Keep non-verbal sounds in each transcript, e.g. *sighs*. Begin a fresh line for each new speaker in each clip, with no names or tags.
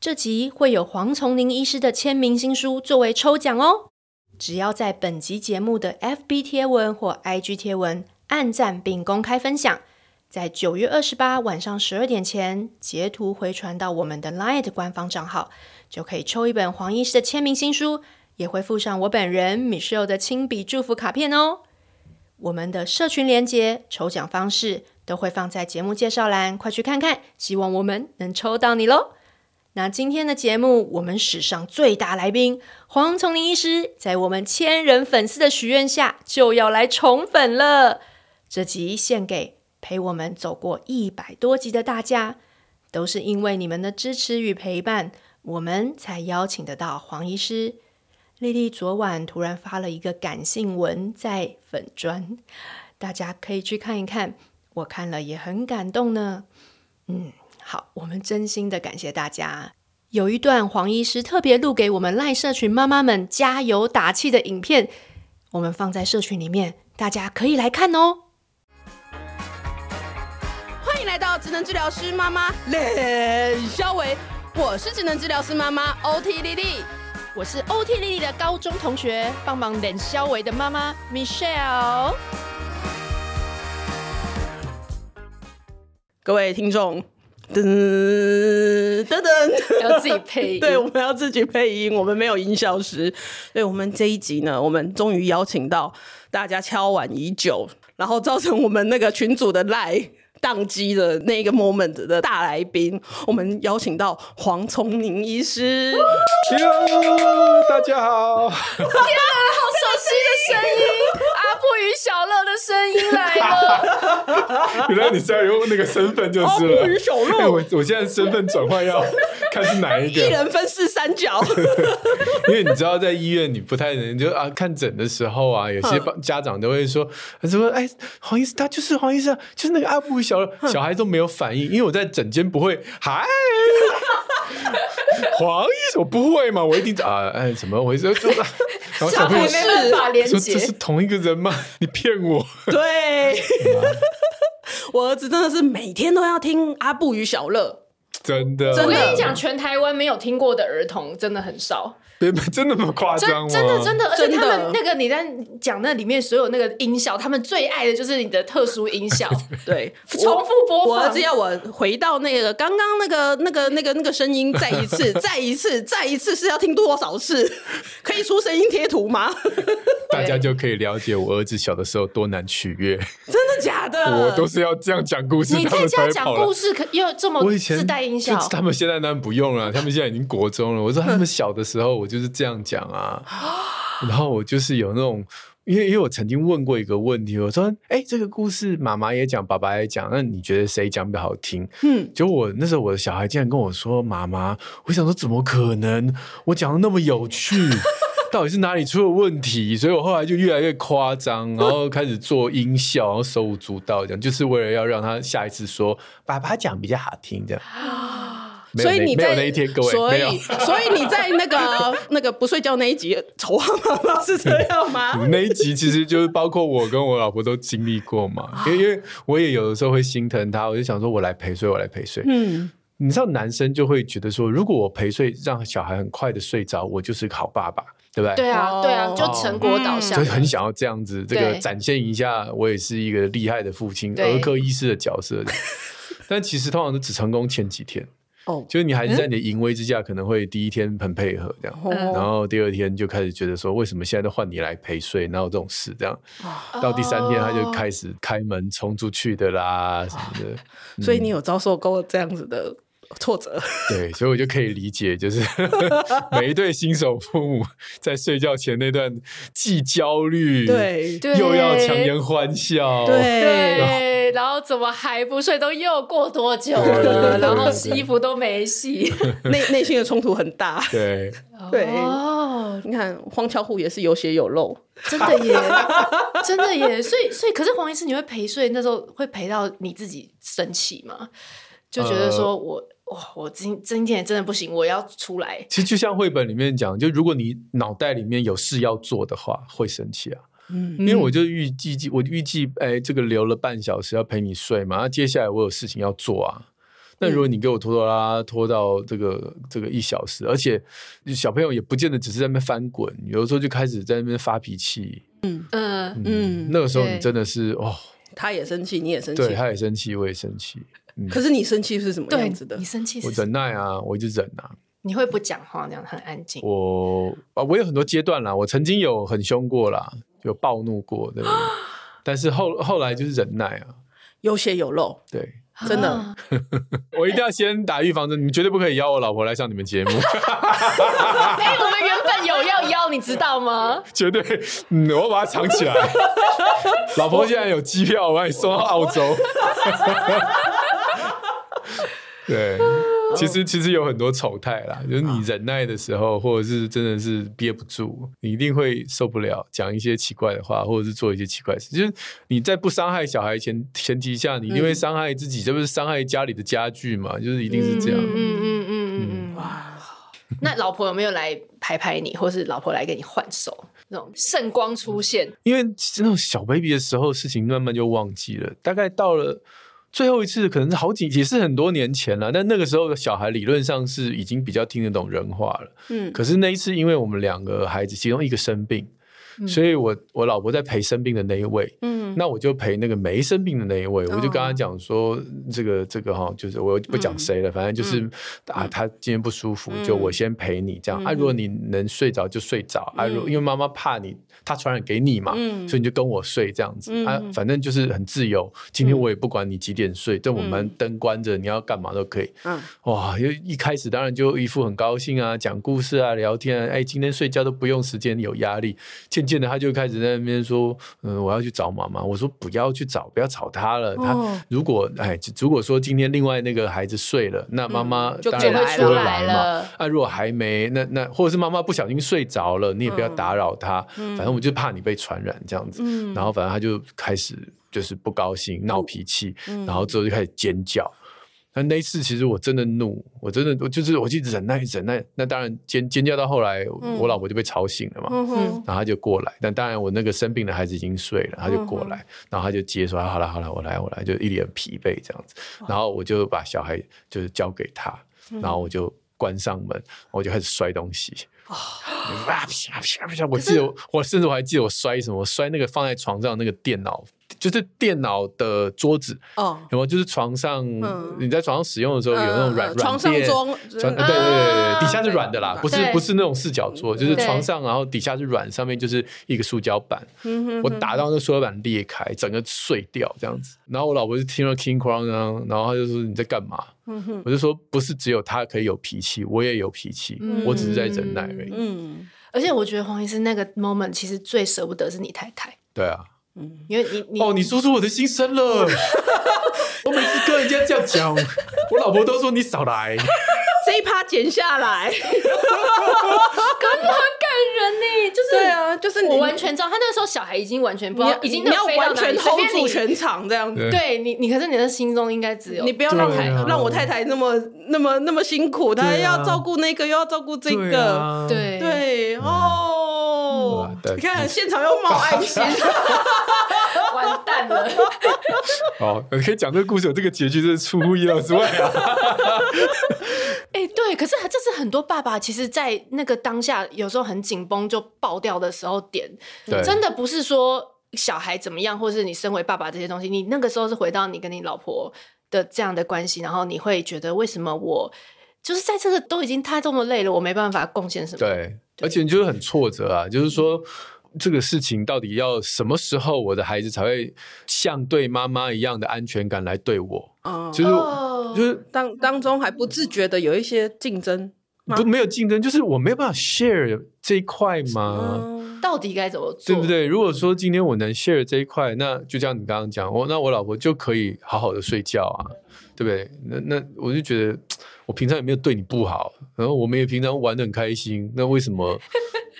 这集会有黄崇宁医师的签名新书作为抽奖哦。只要在本集节目的 FB 贴文或 IG 贴文按赞并公开分享，在九月二十八晚上十二点前截图回传到我们的 Line 的 E 官方账号，就可以抽一本黄医师的签名新书，也会附上我本人 Michelle 的亲笔祝福卡片哦。我们的社群连接、抽奖方式都会放在节目介绍栏，快去看看，希望我们能抽到你喽。那今天的节目，我们史上最大来宾黄崇林医师，在我们千人粉丝的许愿下，就要来宠粉了。这集献给陪我们走过一百多集的大家，都是因为你们的支持与陪伴，我们才邀请得到黄医师。丽丽昨晚突然发了一个感性文在粉砖，大家可以去看一看，我看了也很感动呢。嗯，好，我们真心的感谢大家。有一段黄医师特别录给我们赖社群妈妈们加油打气的影片，我们放在社群里面，大家可以来看哦。
欢迎来到职能治疗师妈妈冷肖维，我是职能治疗师妈妈 OT 丽丽，
我是 OT 丽丽的高中同学，帮忙冷肖维的妈妈 Michelle。
各位听众，噔噔噔，
要自己配音
*laughs* 对，我们要自己配音，我们没有音效师。对，我们这一集呢，我们终于邀请到大家敲碗已久，然后造成我们那个群组的赖。宕机的那个 moment 的大来宾，我们邀请到黄崇宁医师。
Hello，大家好。
天啊， *laughs* 好熟悉的声音，阿布与小乐的声音来了。
*laughs* 原来你是要用那个身份就
哦，
是
不与
了。
小
哎、
鹿，
我我现在身份转换要看 *laughs* 是哪一
一
个，
人分饰三角。
因为你知道在医院你不太能就啊看诊的时候啊，有些爸家长都会说什么哎黄医师他就是黄医师啊，就是那个阿布小小孩都没有反应，因为我在诊间不会嗨。 *laughs* 黄医师，我不会嘛？我一定啊，哎，怎么 *laughs* 回事？就是，然后 *laughs* 小朋友
没办法连
说
接
这是同一个人吗？ *laughs* 你骗我！
对， *laughs* 我儿子真的是每天都要听阿布与小乐，
真的，
我跟你讲，全台湾没有听过的儿童真的很少，
*laughs* 别真的那么夸
真
张吗？
真的真的，而且
真
他
的
们那个你在讲那里面所有那个音效，他们最爱的就是你的特殊音
*laughs*
效， *laughs*
对，
重复播放
我。我儿子要我回到那个刚刚那个那个那个那个声音，再一 *laughs* 次，再一次，再一次是要听多少次？ *laughs* 可以出声音贴图吗？
大家就可以了解我儿子小的时候多难取
*laughs*
悦。
*laughs* 真的假的？
我都是要这样讲故事，
嗯你
他
在
们才
家
会
讲
跑来
故。事，可又这么
我以前
自带音效
就，他们现在当然不用了，他们现在已经国中了。我说他们小的时候，我就是这样讲啊。然后我就是有那种，因为因为我曾经问过一个问题，我说：“哎、这个故事妈妈也讲，爸爸也讲，那你觉得谁讲比较好听？”
嗯，
结果我那时候我的小孩竟然跟我说：“妈妈，我想说怎么可能？我讲的那么有趣，到底是哪里出了问题？”所以我后来就越来越夸张，然后开始做音效，然后手舞足蹈，这样就是为了要让他下一次说爸爸讲比较好听这样。没
啊
有
所以
那
你
没
在
有那一天，各位
所
没有
以所以你在那
*laughs*
个那个不睡觉那一集丑话妈妈是这样吗？
*laughs* 那一集其实就是包括我跟我老婆都经历过嘛，因为因为我也有的时候会心疼她，我就想说我来陪睡，我来陪睡。
嗯，
你知道男生就会觉得说，如果我陪睡让小孩很快的睡着，我就是个好爸爸，对不对？
对啊
哦
对啊，就成果导向
就，很想要这样子，这个
对
展现一下，我也是一个厉害的父亲，
对
儿科医师的角色。但其实通常都只成功前几天，
哦，
就是你还是在你的淫威之下，可能会第一天很配合这样，
哦
嗯
然后第二天就开始觉得说，为什么现在都换你来陪睡，哪有这种事？这样到第三天他就开始开门冲出去的啦什么的。
所以你有遭受过这样子的挫折？
对，所以我就可以理解，就是 *laughs* 每一对新手父母在睡觉前那段既焦虑，，
对
对
又要强 *laughs* 颜欢笑，
对
对，然后怎么还不睡？都又过多久
对对
了？
对
然后
对
洗衣服都没洗。
内内心的冲突很大。
对
对
哦，
你看荒丘户也是有血有肉，
真的耶， *laughs* 真的耶。所以，所以，可是黄医师，你会陪睡那时候会陪到你自己生气吗？就觉得
呃
说我哇、我今今天真的不行，我要出来。
其实就像绘本里面讲，就如果你脑袋里面有事要做的话，会生气啊。
嗯，
因为我就预计计，我预计哎，这个留了半小时要陪你睡嘛，那接下来我有事情要做啊。那如果你给我拖拖拉拉拖到这个这个一小时，而且小朋友也不见得只是在那边翻滚，有的时候就开始在那边发脾气。
嗯，
嗯
那个时候你
对
真的是哦，
他也生气，你也生气
对，，他也生气，我也生气，嗯，
可是你生气是什么
对
样子的，
你？生气
我
是
忍耐啊，我一直忍啊。
你会不讲话那样很安静，
我啊，我有很多阶段啦，我曾经有很凶过啦，有暴怒过，对。但是后后来就是忍耐啊，
有血有肉，
对
真的
啊
我一定要先打预防针，你们绝对不可以邀我老婆来上你们节
*laughs*
目，
哎、我们原本有要邀，你知道吗？
绝对，嗯，我要把它藏起来。老婆现在有机票，我把你送到澳洲。对，其实其实有很多丑态啦，就是你忍耐的时候，或者是真的是憋不住，你一定会受不了，讲一些奇怪的话，或者是做一些奇怪的事。就是你在不伤害小孩前前提下，你一定会伤害自己，这不是伤害家里的家具嘛？就是 *laughs* 一定是这样。
嗯嗯嗯嗯嗯嗯。那老婆有没有来拍拍你，或是老婆来给你换手？那种圣光出现，
因为那种小 baby 的时候，事情慢慢就忘记了。大概到了最后一次，可能是好几也是很多年前了。但那个时候的小孩理论上是已经比较听得懂人话了。
嗯，
可是那一次，因为我们两个孩子其中一个生病，所以我我老婆在陪生病的那一位，
嗯，哦
那我就陪那个没生病的那一位，我就跟他讲说，这个这个哈，就是我不讲谁
嗯
了，反正就是啊，他今天不舒服，就我先陪你这样
嗯
啊。如果你能睡着就睡着啊，如因为妈妈怕你她传染给你嘛，
嗯
所以你就跟我睡这样子啊，反正就是很自由。今
嗯
天我也不管你几点睡，但我们灯关着，你要干嘛都可以。
嗯
哇，又一开始当然就一副很高兴啊，讲故事啊，聊天啊，哎，今天睡觉都不用时间有压力。渐渐的，他就开始在那边说，嗯，我要去找妈妈。我说不要去找，不要吵她了。她、
哦
如果哎，如果说今天另外那个孩子睡了，那妈妈
嗯就
当
就
然
会
会
出
来
来嘛
了。
啊，如果还没，那那或者是妈妈不小心睡着了，你也不要打扰她。反正我就怕你被传染这样子。然后反正他就开始就是不高兴，闹脾气，然后之后就开始尖叫。那那一次，其实我真的怒，我真的我就是我去忍耐忍耐。那当然尖尖叫到后来，我老婆就被吵醒了嘛，
嗯哼
然后她就过来。但当然我那个生病的孩子已经睡了，她就过来，
嗯
然后她就接说：“啊好了好了，我来我来。”就一脸疲惫这样子。然后我就把小孩就是交给她，
嗯
然后我就关上门，我就开始摔东西。啊啪啪啪！我记得我，我甚至我还记得我摔什么，我摔那个放在床上的那个电脑，就是电脑的桌子，
哦，
有没有？就是床上、
嗯
你在床上使用的时候，有那种软、
嗯嗯
软
床上
垫
装
床
嗯
呃对对对对，
啊
底下是软的啦，不是
对
不是那种四角桌，就是
对
床上，然后底下是软，上面就是一个塑胶板。
嗯
我打到那塑胶板裂开，整个碎掉这样子。然后我老婆就听了 King Crown，然后她就说你在干嘛？
嗯
我就说不是只有她可以有脾气，我也有脾气，
嗯
我只是在忍耐而已。
嗯，
而且我觉得黄医师那个 moment 其实最舍不得是你太太，
对啊，
因为你你
哦，你说出我的心声了。我每次跟人家这样讲，我老婆都说你少来。
这一趴剪下来，
根本很感人呢，就是
*laughs* 对啊，就是你
我完全知道，他那个时候小孩已经完全不
你
知道
要，
已经
你要
飞到
完
哪
全
里
hold 住。
随便
全场这样子
你对
对。
你，你可是你的心中应该只有
你不要让
对啊
让我太太那么那么那么辛苦，她
对啊
要照顾那个，又要照顾这
对
个，
啊，
对
对哦
嗯对，
你看现场又冒爱 *laughs* 心，
完蛋了。
哦，可以讲这个故事有这个结局，真是出乎意料之外啊！
*laughs* 哎、对，可是这是很多爸爸其实，在那个当下有时候很紧绷就爆掉的时候点，
对
真的不是说小孩怎么样，或是你身为爸爸这些东西，你那个时候是回到你跟你老婆的这样的关系，然后你会觉得为什么我就是在这个都已经太这么累了，我没办法贡献什么？，
对，而且你就是很挫折啊，就是说。这个事情到底要什么时候，我的孩子才会像对妈妈一样的安全感来对我？
嗯
就是、
哦
就是
当当中还不自觉的有一些竞争吗
不没有竞争，就是我没有办法 share 这一块嘛。
嗯
到底该怎么做？
对不？对？如果说今天我能 share 这一块，那就像你刚刚讲，哦我那我老婆就可以好好的睡觉啊，对不对？那那我就觉得我平常也没有对你不好，然后我们也平常玩的很开心，那为什
*laughs*
么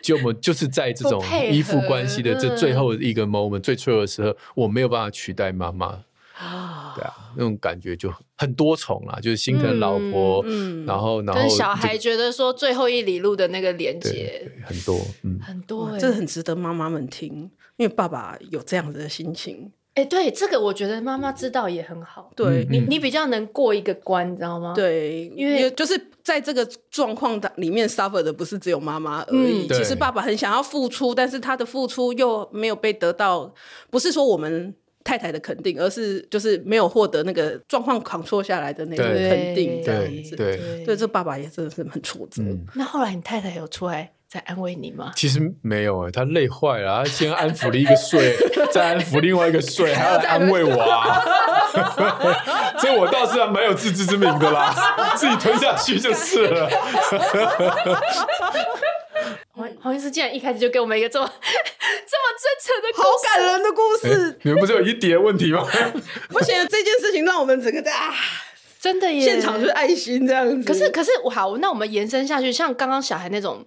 就我们就是在这种
不配合
依附关系的这
嗯
最后一个 moment、最脆弱的时候，我没有办法取代妈妈？
啊，
对啊，那种感觉就很多重啦，就是心疼老婆，
嗯
然后然后
跟小
这
孩
个
觉得说最后一里路的那个连
对
接
对很多，嗯，
很多、欸，
这很值得妈妈们听，因为爸爸有这样子的心情，
哎、对这个，我觉得妈妈知道也很好。
对，
嗯
你你比较能过一个关，你知道吗？，
对，
因为
就是在这个状况的里面，suffer 的不是只有妈妈而已。
嗯
对
其实爸爸很想要付出，但是他的付出又没有被得到，不是说我们太太的肯定，而是就是没有获得那个状况 control 下来的那种
对
肯定，这
对
样子。
对
对，这爸爸也真的是很挫折。
嗯，
那后来你太太有出来在安慰你吗？
其实没有哎、他累坏了，他先安抚了一个 *laughs* 睡，再安抚另外一个睡，还要来安慰我啊。 *laughs* 这我倒是还蛮有自知之明的啦， *laughs* 自己吞下去就是了。
黄
嗯
黄医师竟然一开始就给我们一个这么 *laughs* 这么真诚的故
好
事，
感人的故
哎、
事，
你们不是有一叠问题吗？哎
不行，这件事情让我们整个在
*laughs*
啊，
真的耶！
现场就是嗯爱心这样子。
可是可是好，那我们延伸下去，像刚刚小孩那种，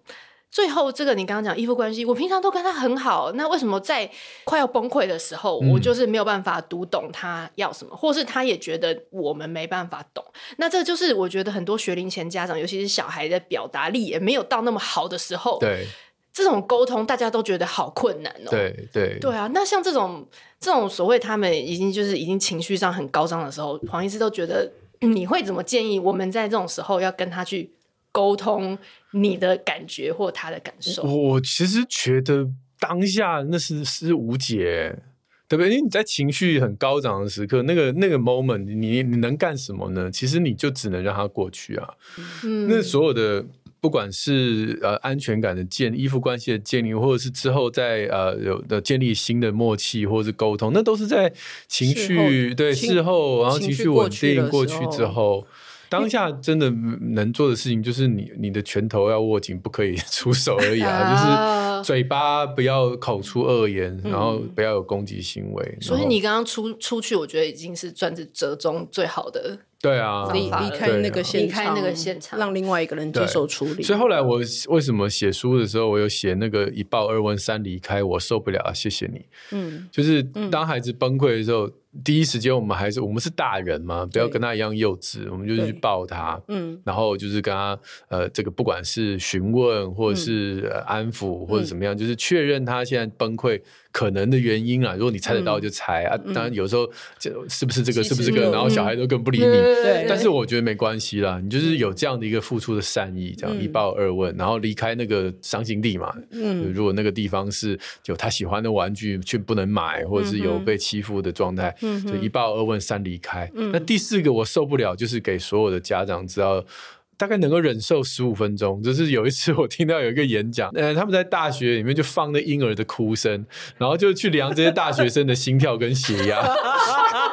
最后这个你刚刚讲依附关系，我平常都跟他很好，那为什么在快要崩溃的时候，
嗯
我就是没有办法读懂他要什么，或是他也觉得我们没办法懂？那这就是我觉得很多学龄前家长，尤其是小孩的表达力也没有到那么好的时候，
*laughs* 对
这种沟通大家都觉得好困难哦。
对对
对啊，那像这种这种所谓他们已经就是已经情绪上很高涨的时候，黄医师都觉得嗯你会怎么建议我们在这种时候要跟他去沟通你的感觉或他的感受？
我我其实觉得当下那是是无解，欸对不对？因为你在情绪很高涨的时刻，那个那个 moment，你你能干什么呢？其实你就只能让它过去啊。
嗯，
那所有的。不管是呃安全感的建立、依附关系的建立，或者是之后在呃有的建立新的默契或者是沟通，那都是在情
事
绪
后
对
情
事后，然后
情
情
绪
绪稳定
过
过
去的时
去
候
之后，当下真的能做的事情就是你你的拳头要握紧，不可以出手而已
*laughs*
啊，就是嘴巴不要口出恶言，然后
嗯
不要有攻击行为。
所以
然后
你刚刚出出去，我觉得已经是算是折中最好的。
对啊，
离离开那个现场，
离开那个现场
让另外一个人接受处理。
所以后来我为什么写书的时候，我有写那个一抱二问三离开，我受不了，谢谢你。
嗯，
就是当孩子崩溃的时候，第一时间我们还是我们是大人嘛，不要
对
跟他一样幼稚，我们就是去
对
抱他，
嗯，
然后就是跟他呃，这个不管是询问或者是、
嗯
呃安抚或者怎么样，就是确认他现在崩溃可能的原因啊。如果你猜得到就猜、啊，当然有时候就是不是这个，
嗯其实
是不是这个，
有嗯
然后小孩都更不理你。
对
但是我觉得没关系啦，你就是有这样的一个付出的善意，这样
嗯
一报二问，然后离开那个伤心地嘛。
嗯
如果那个地方是有他喜欢的玩具却不能买，或者是有被欺负的状态，
嗯哼
就一报二问三离开。那第四个我受不了，就是给所有的家长知道。大概能够忍受十五分钟，就是有一次我听到有一个演讲， *laughs* 呃，他们在大学里面就放那婴儿的哭声，然后就去量这些大学生的心跳跟血压，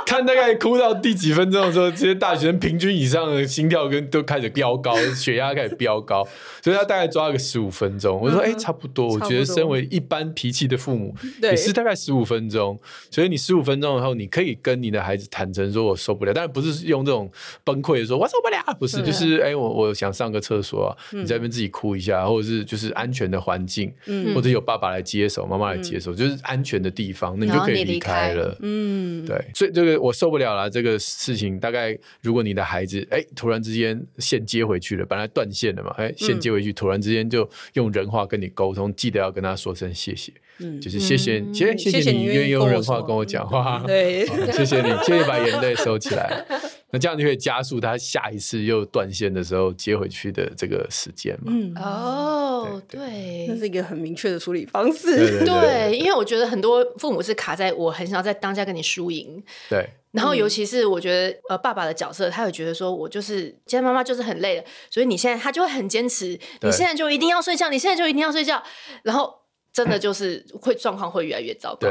看大概哭到第几分钟的时候，这些大学生平均以上的心跳跟都开始飙高，血压开始飙高，所以他大概抓个十五分钟。我说，哎、差不多。我觉得
差不多
身为一般脾气的父母，
对
也是大概十五分钟。所以你十五分钟后，你可以跟你的孩子坦诚说，我受不了。当然不是用这种崩溃的说，我受不了，不是，就是哎、我我想上个厕所、啊，你在那边自己哭一下，或者是就是安全的环境，
嗯
或者有爸爸来接手，妈妈来接手，就是安全的地方，那你就
然后
可以
你离
离开
开
了。
嗯，
对，所以这个我受不了了。这个事情大概，如果你的孩子哎突然之间线接回去了，本来断线了嘛，哎线接回去，突然之间就用人话跟你沟通，记得要跟他说声谢谢，
嗯
就是谢谢，
嗯
谢
谢谢
谢
你
你愿
愿意
意用
跟
人
我
话
说
跟我讲话， *laughs*
对，嗯
好谢谢你，谢谢把眼泪收起来。 *laughs* 那这样就可以加速他下一次又断线的时候接回去的这个时间嘛？
嗯，
哦，
那
对。
是一个很明确的处理方 *laughs*
对
式。
对
对，
对
因为我觉得很多父母是卡在我很想要在当下跟你输赢，
对
然后，
嗯
尤其是我觉得，呃，爸爸的角色，他会觉得说，我就是今天妈妈就是很累了，所以你现在他就会很坚持，
对
你现在就一定要睡觉，你现在就一定要睡觉，然后真
*clears throat*
的就是会状况会越来越糟糕。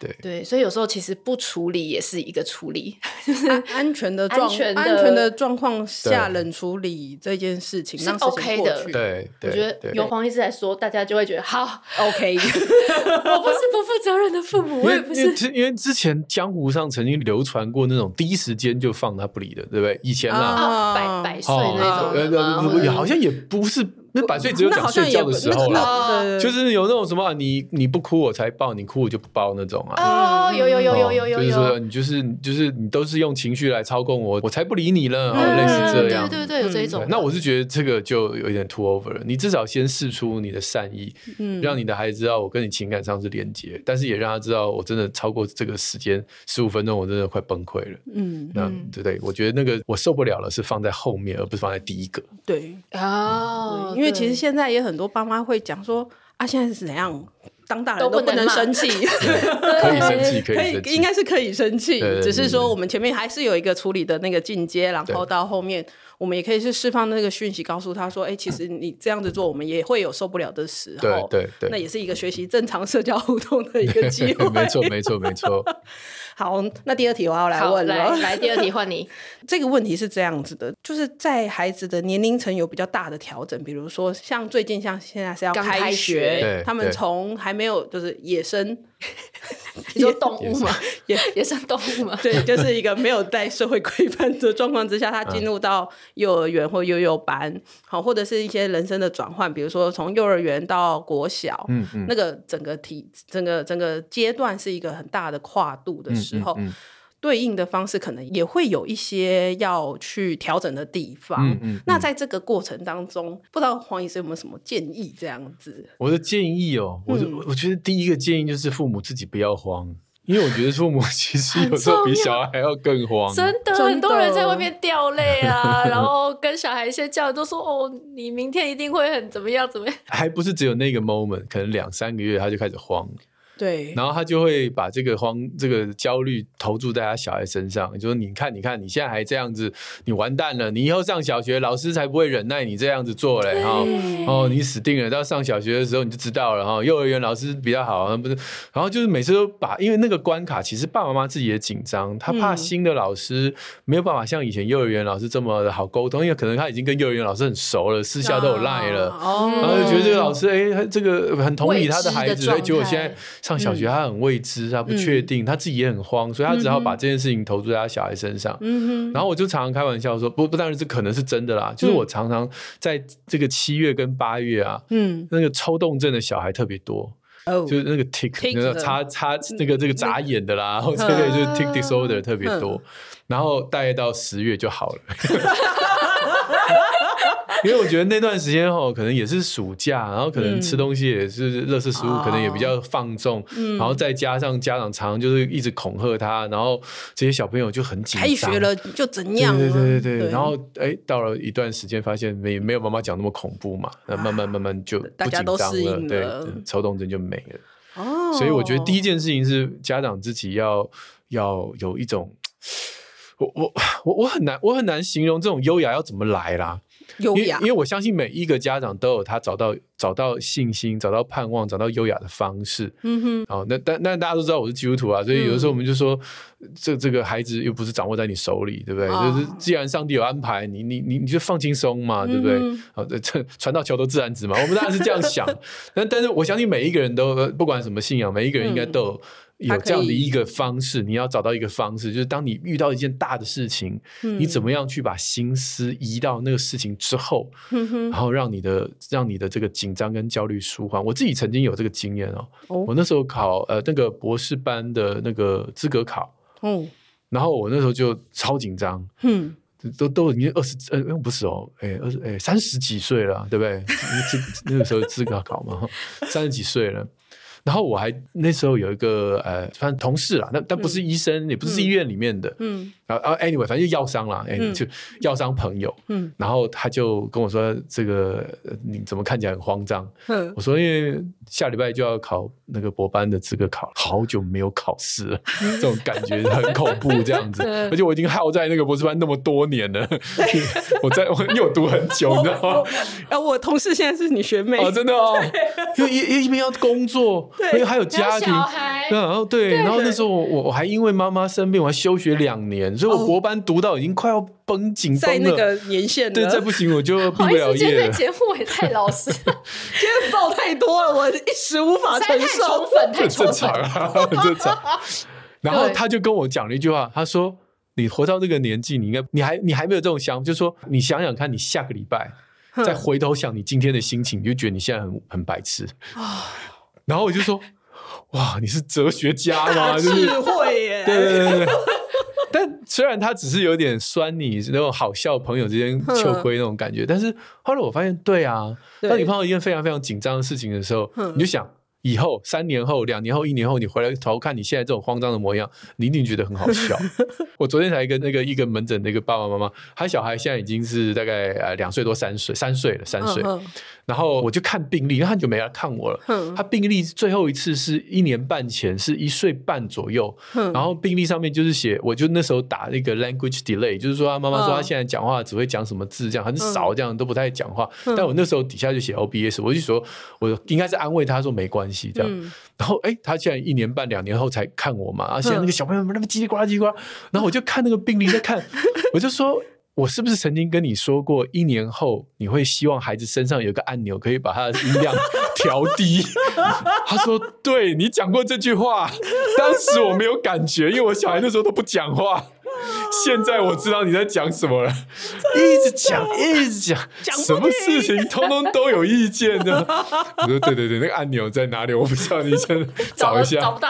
对对
对所以有时候其实不处理也是一个处理。
安安全的状
安全的
安全的状况下冷处理这件事情
是
让事情
OK
过
的
去
对对，
我觉得
对
由黄医师来说，大家就会觉得好，
*laughs*
OK，
我不是不负责任的父母，我也
因
不
为因为
是。
之因为之前江湖上曾经流传过那种第一时间就放他不理的，对不对？以前啦，哦
啊
哦啊，百百岁那
呃
种的吗，
呃
或者
好像也不是那百岁只有
那
讲
好像
睡
也
觉
不
的时候
那
啦，
那 *laughs* 对对对
就是有那种什么啊你你不哭我才抱，你哭我就不抱那种啊。
哦，有有有有有有
就是说
有，
你就是你就是你都是用情绪来操控我，我才不理你了，哦，
嗯
类似这
对
样。
对对，有这一种
对。那我是觉得这个就有点 too over 了。你至少先试出你的善意，
嗯
让你的孩子知道我跟你情感上是连接，但是也让他知道我真的超过这个时间十五分钟，我真的快崩溃了。
嗯，
那
嗯
对对，我觉得那个我受不了了，是放在后面，而不是放在第一个。
对，
哦，
因为其实
对
现在也很多爸妈会讲说啊，现在是怎样，当大人
都
都
不
不
能
能
骂
生 *laughs* 气，
可以生气，可
可
以
以
生气，
应该是可以生气
对对，
只
对
是说我们前面还是有一个处理的那个进阶，然后
对
到后面我们也可以是释放那个讯息，告诉他说，哎，其实你这样子做，我们也会有受不了的时
对
候，
对对，
那也是一个学习正常社交互动的一个机会。
*laughs* 没错，没错，没错。
好，那第二题我要来
好
问
来
了。
来，第二题换
*laughs*
你。
这个问题是这样子的，就是在孩子的年龄层有比较大的调整，比如说像最近像现在是要
刚
开
开学
对
他们
对
从还没有就是野生，
*laughs* 你
*laughs*
说动物吗？
也
也也算动物吗？
对，就是一个没有在社会规范的状况之下，他进
嗯
入到幼儿园或幼幼班，好，或者是一些人生的转换，比如说从幼儿园到国小，
嗯嗯，
那个整个体整个整个阶段是一个很大的跨度的
嗯
时
嗯
候，
嗯
对应的方式可能也会有一些要去调整的地方。
嗯嗯
*laughs* 那在这个过程当中，不知道黄医生有没有什么建议？这样子，
我的建议哦，我、
嗯
我觉得第一个建议就是父母自己不要慌，因为我觉得父母其实
啊
很
有时候比
重要
小孩还要更慌。
真的，
真的
很多人在外面掉泪啊， *laughs* 然后跟小孩一些教育都说哦，你明天一定会很怎么样怎么样。
还不是只有那个 moment，可能两三个月他就开始慌，
对
然后他就会把这个慌、这个焦虑投注在他小孩身上，就说：“你看，你看，你现在还这样子，你完蛋了！你以后上小学，老师才不会忍耐你这样子做嘞哈！
嗯
哦，你死定了！到上小学的时候你就知道了哈。幼儿园老师比较好，啊不是？然后就是每次都把，因为那个关卡，其实爸爸妈妈自己也紧张，他怕
嗯
新的老师没有办法像以前幼儿园老师这么的好沟通，因为可能他已经跟幼儿园老师很熟了，私下都有赖了。
哦
然后就觉得这个老师，哎、他这个很同理他的
嗯
孩
未知的
子，
状
哎
态嗯
结果现在上小学，他很未知，他不确定，他自己也很慌，所以他只好把这件事情投注在他小孩身上。
嗯
然后我就常常开玩笑说，不不，当然这可能是真的啦，
嗯
就是我常常在这个七月跟八月啊，
哼，嗯，
那个抽动症的小孩特别多，
哦，
就是那个 tic，
Tic
那个
的嗯
擦擦那个这个眨眼的啦，然 *laughs* 后这个就是 tic disorder 特别
嗯
多，然后大概到十月就好了。 *laughs* 因为我觉得那段时间哦，可能也是暑假，然后可能吃东西也是垃圾食物，
哦嗯
可能也比较放纵，然后再加上家长常常就是一直恐吓他，然后这些小朋友就很紧
开
张
学。了就怎样啊？
对对对对对，然后哎，到了一段时间，发现没没有妈妈讲那么恐怖嘛，那慢慢慢慢就不
大家
紧
都
张
适
了，
应
对
了，
抽动症就没了。
哦，
所以我觉得第一件事情是家长自己要要有一种，我我我我很难我很难形容这种优雅要怎么来啦，
优
因为
雅
因为我相信每一个家长都有他找到找到信心、找到盼望、找到优雅的方式。嗯哼，哦，那但那大家都知道我是基督徒啊，所以有的
嗯
时候我们就说，这这个孩子又不是掌握在你手里，对不对？
哦
就是既然上帝有安排，你你你你就放轻松嘛，对不对？
嗯
好，这这传到桥头自然直嘛，我们当然是这样
*laughs*
想。但但是我相信每一个人都呃不管什么信仰，每一个人应该都有。有
嗯他
这样
可
的
以
一个方式，你要找到一个方式，就是当你遇到一件大的事情，你
嗯
怎么样去把心思移到那个事情之后，
嗯
然后让你的让你的这个紧张跟焦虑舒缓。我自己曾经有这个经验哦，
哦
我那时候考呃那个博士班的那个资格考，
嗯
然后我那时候就超紧张，
嗯，
都都已经二十呃不是哦，哎二十哎三十几岁了，对不 *laughs* 对？这那个时候资格考嘛，三十几岁了。然后我还那时候有一个呃，反正同事啦，那但不是医生，也不是医院里面的，
嗯，
然后然后 anyway，反正就药商啦，哎、
嗯
就药商朋友，
嗯，
然后他就跟我说，这个呃你怎么看起来很慌张？
哼
我说因为下礼拜就要考那个博班的资格考，好久没有考试了，这种感觉很恐怖，这样子，而且我已经耗在那个博士班那么多年了，我在我因为我读很久，你知道吗？
啊，我同事现在是你学妹，
哦，真的哦，因为一一边要工作，因为还有家
还有
庭
小孩，
对然后对，然后那时候我我我还因为妈妈生病，我还休学两年，所以我
哦
国班读到已经快要绷紧
在
绷
那
了。
个年限
对，
了，
再不行我就毕
好
不
意
了
思，今
业
天
了
这。节目也太老实
*laughs*
了，
今天爆太多了，我一时无法
实在
承
太
受
宠。 *laughs* 粉，太
很
宠
正
粉
常。啊， *laughs* 很正
*laughs*
常。然后
对
他就跟我讲了一句话，他说：“你活到这个年纪，你应该，你还你还没有这种想法，就是说你想想看，你下个礼拜再回头想你今天的心情，你就觉得你现在很很
*sighs*
白痴然后我就说，哇，你是哲学家
*laughs*
吗？就
智
是
慧耶，
对对对对 *laughs* 对。但虽然他只是有点酸你那种好笑朋友之间求归那种感觉，但是后来我发现，对啊，
对
当你碰到一件非常非常紧张的事情的时候，你就想以后三年后、两年后、一年后，你回来头看你现在这种慌张的模样，你一定觉得很好
*laughs*
笑。我昨天才跟那个一个门诊的一个爸爸妈妈，他小孩现在已经是大概呃两岁多、三岁、三岁了，三岁。
嗯
然后我就看病历，因为他很久没来看我了。
嗯
他病历最后一次是一年半前，是一岁半左右。
嗯
然后病历上面就是写，我就那时候打那个 language delay，就是说他妈妈说他现在讲话只会讲什么字，这样很少，这样都不太讲话。但我那时候底下就写 LBS，我就说我应该是安慰他说没关系这样。
嗯
然后哎，他竟然一年半两年后才看我嘛，啊，现
嗯
在那个小朋友们那么叽里呱啦叽里呱啦，然后我就看那个病历在看， *laughs* 我就说。我是不是曾经跟你说过，一年后你会希望孩子身上有个按钮，可以把他的音量调
*laughs*
低？他说：“对你讲过这句话，当时我没有感觉，因为我小孩那时候都不讲话。现在我知道你在讲什么了，一直讲，一直讲，
讲不
什么事情通通都有意见的。”我说：“对对对，那个按钮在哪里？我不知道，你先
*laughs*
找一下。”
找不到。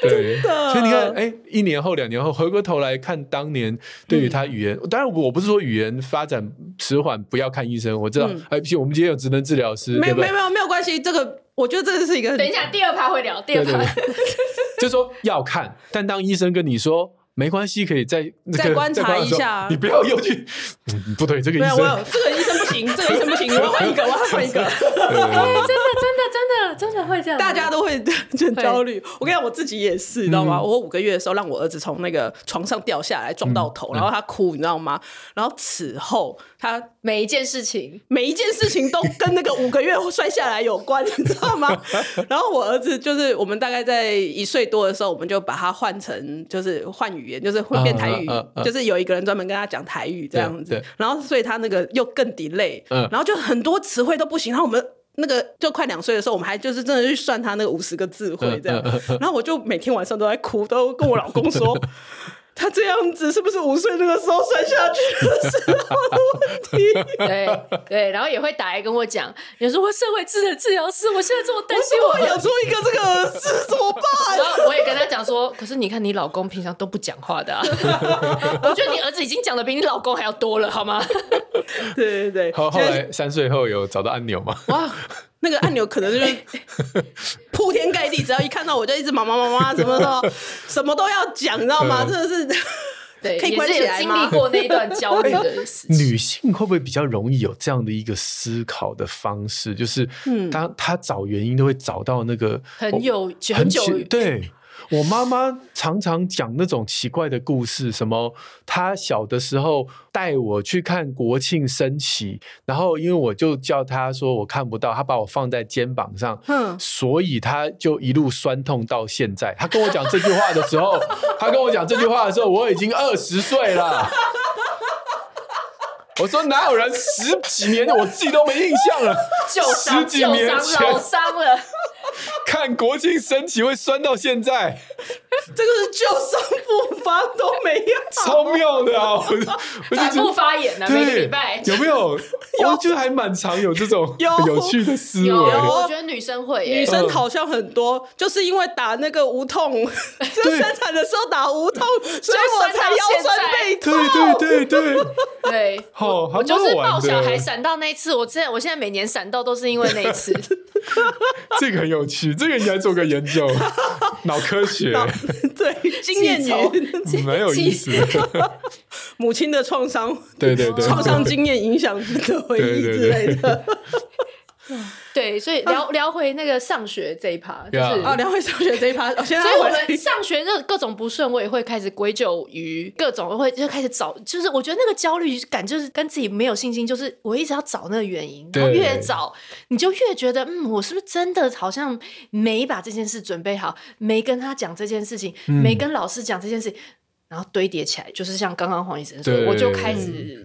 对，
的
所以你看，哎、一年后、两年后，回过头来看当年对于他
嗯
语言，当然我不是说语言发展迟缓不要看医生，我知道，哎、不行，我们今天有职能治疗师，
嗯没
对
有
不
没
对
有？没有没有关系，这个我觉得这个是一个很
等一下，第二趴会聊，第
对
二
对
趴
对，就说要看，但当医生跟你说。没关系，可以再、那个、
再观察
再的时候
一下
你不要又去，嗯不对，这个医
没有，我有
生，
这个医生不行，这个医生不行，我要换一个，我要换一个。
对对
*laughs* 真
对
的真的真的真的会这样，
大家都会很焦虑。我跟你讲，我自己也是，你知道
嗯
吗？我五个月的时候，让我儿子从那个床上掉下来，撞到
嗯
头，然后他哭，你知道吗？然后此后，他
每一件事情，
每一件事情都跟那个五个月摔下来有关，你知道
*laughs*
吗？然后我儿子就是我们大概在一岁多的时候，我们就把他换成就是换语言，就是会变台语
嗯嗯嗯，嗯
就是有一个人专门跟他讲台语这样
对
子
对。
然后所以他那个又更 delay，
嗯
然后就很多词汇都不行。然后我们那个就快两岁的时候，我们还就是真的去算他那个五十个字汇这样
嗯嗯嗯嗯。
然后我就每天晚上都在哭，都跟我老公说。 *laughs* 他这样子是不是五岁那个时候摔下去的时候的问题？
对对，然后也会打来跟我讲，有时候我社会智能治疗师，我现在这么担
我
心
怎么
我
会。养出一个这个是怎么办？
*laughs* 然后我也跟他讲说，可是你看你老公平常都不讲话 *laughs* 的、啊，我觉得你儿子已经讲的比你老公还要多了，好吗？
对对对， *laughs*
后后
现在
来三岁后有找到按钮吗？
哇，那个按钮可能就是
*laughs*
铺天盖地，只要一看到我就一直忙忙忙忙什么的，什么都要讲，你知道吗？
嗯
真的是 *laughs*
对，
可以
也
关
是
起
有
来
经
吗
历过那一段焦虑 *laughs* 的事情。
女性会不会比较容易有这样的一个思考的方式？就是，嗯，她她找原因都会找到那个
很有
我
很久
对。我妈妈常常讲那种奇怪的故事，什么她小的时候带我去看国庆升旗，然后因为我就叫她说我看不到，她把我放在肩膀上，
嗯
所以她就一路酸痛到现在。她跟我讲这句话的时候，她跟我讲这句话的时候，我已经二十岁了。我说哪有人十几年的我自己都没印象了，
旧伤、
十几
旧
年
伤、
前
老伤了，
看国庆升旗会酸到现在，
这个是旧伤复发都没有。
超妙
*laughs*
的啊！我就我就
反
觉
复
得
发炎呢、啊，每个礼拜
对，有没有？
*laughs*
我觉得还蛮常有这种
有
很有趣的思维。
有，
有
我觉得女生会耶，
女生好像很多，就是因为打那个无痛， *laughs* 就
对
生产的时候打无痛，所以我才腰酸背痛。
对对对对，
对。
好，
*laughs* 我
还蛮
就是
好玩
抱小孩
的，
闪到那一次，我真的，我现在每年闪到都是因为那一
*laughs*
次，
这个很有趣，这个应该做个
*laughs*
研究，脑科学，
*laughs*
嗯
对，经验
记
*laughs*
仇
与
蛮
*laughs*
有意思的。
母亲的创伤、
*laughs* 对对对，
创伤经验影响的回忆
对对
之
对
类 *laughs* 的。
对，所以聊聊回那个上学这一趴，就
对啊
是
啊，两位上学这一趴，哦
*laughs*
现在
所以我
啊
回来
们上学的各种不顺，我也会开始归咎于各种，我会就开始找，就是我觉得那个焦虑感就是跟自己没有信心，就是我一直要找那个原因，然后
对
越找你就越觉得，嗯，我是不是真的好像没把这件事准备好，没跟他讲这件事情，没
嗯
跟老师讲这件事情，然后堆叠起来，就是像刚刚黄医生说，
对
我就开始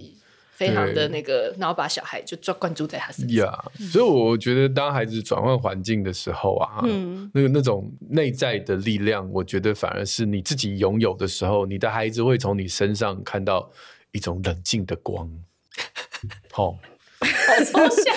非常的那个，然后把小孩就专关注在他身上。
呀所以我觉得当孩子转换环境的时候啊，
嗯
那个那种内在的力量，我觉得反而是你自己拥有的时候，你的孩
*laughs*
子哦会从你身上看到一种冷静的光。好、
好抽象。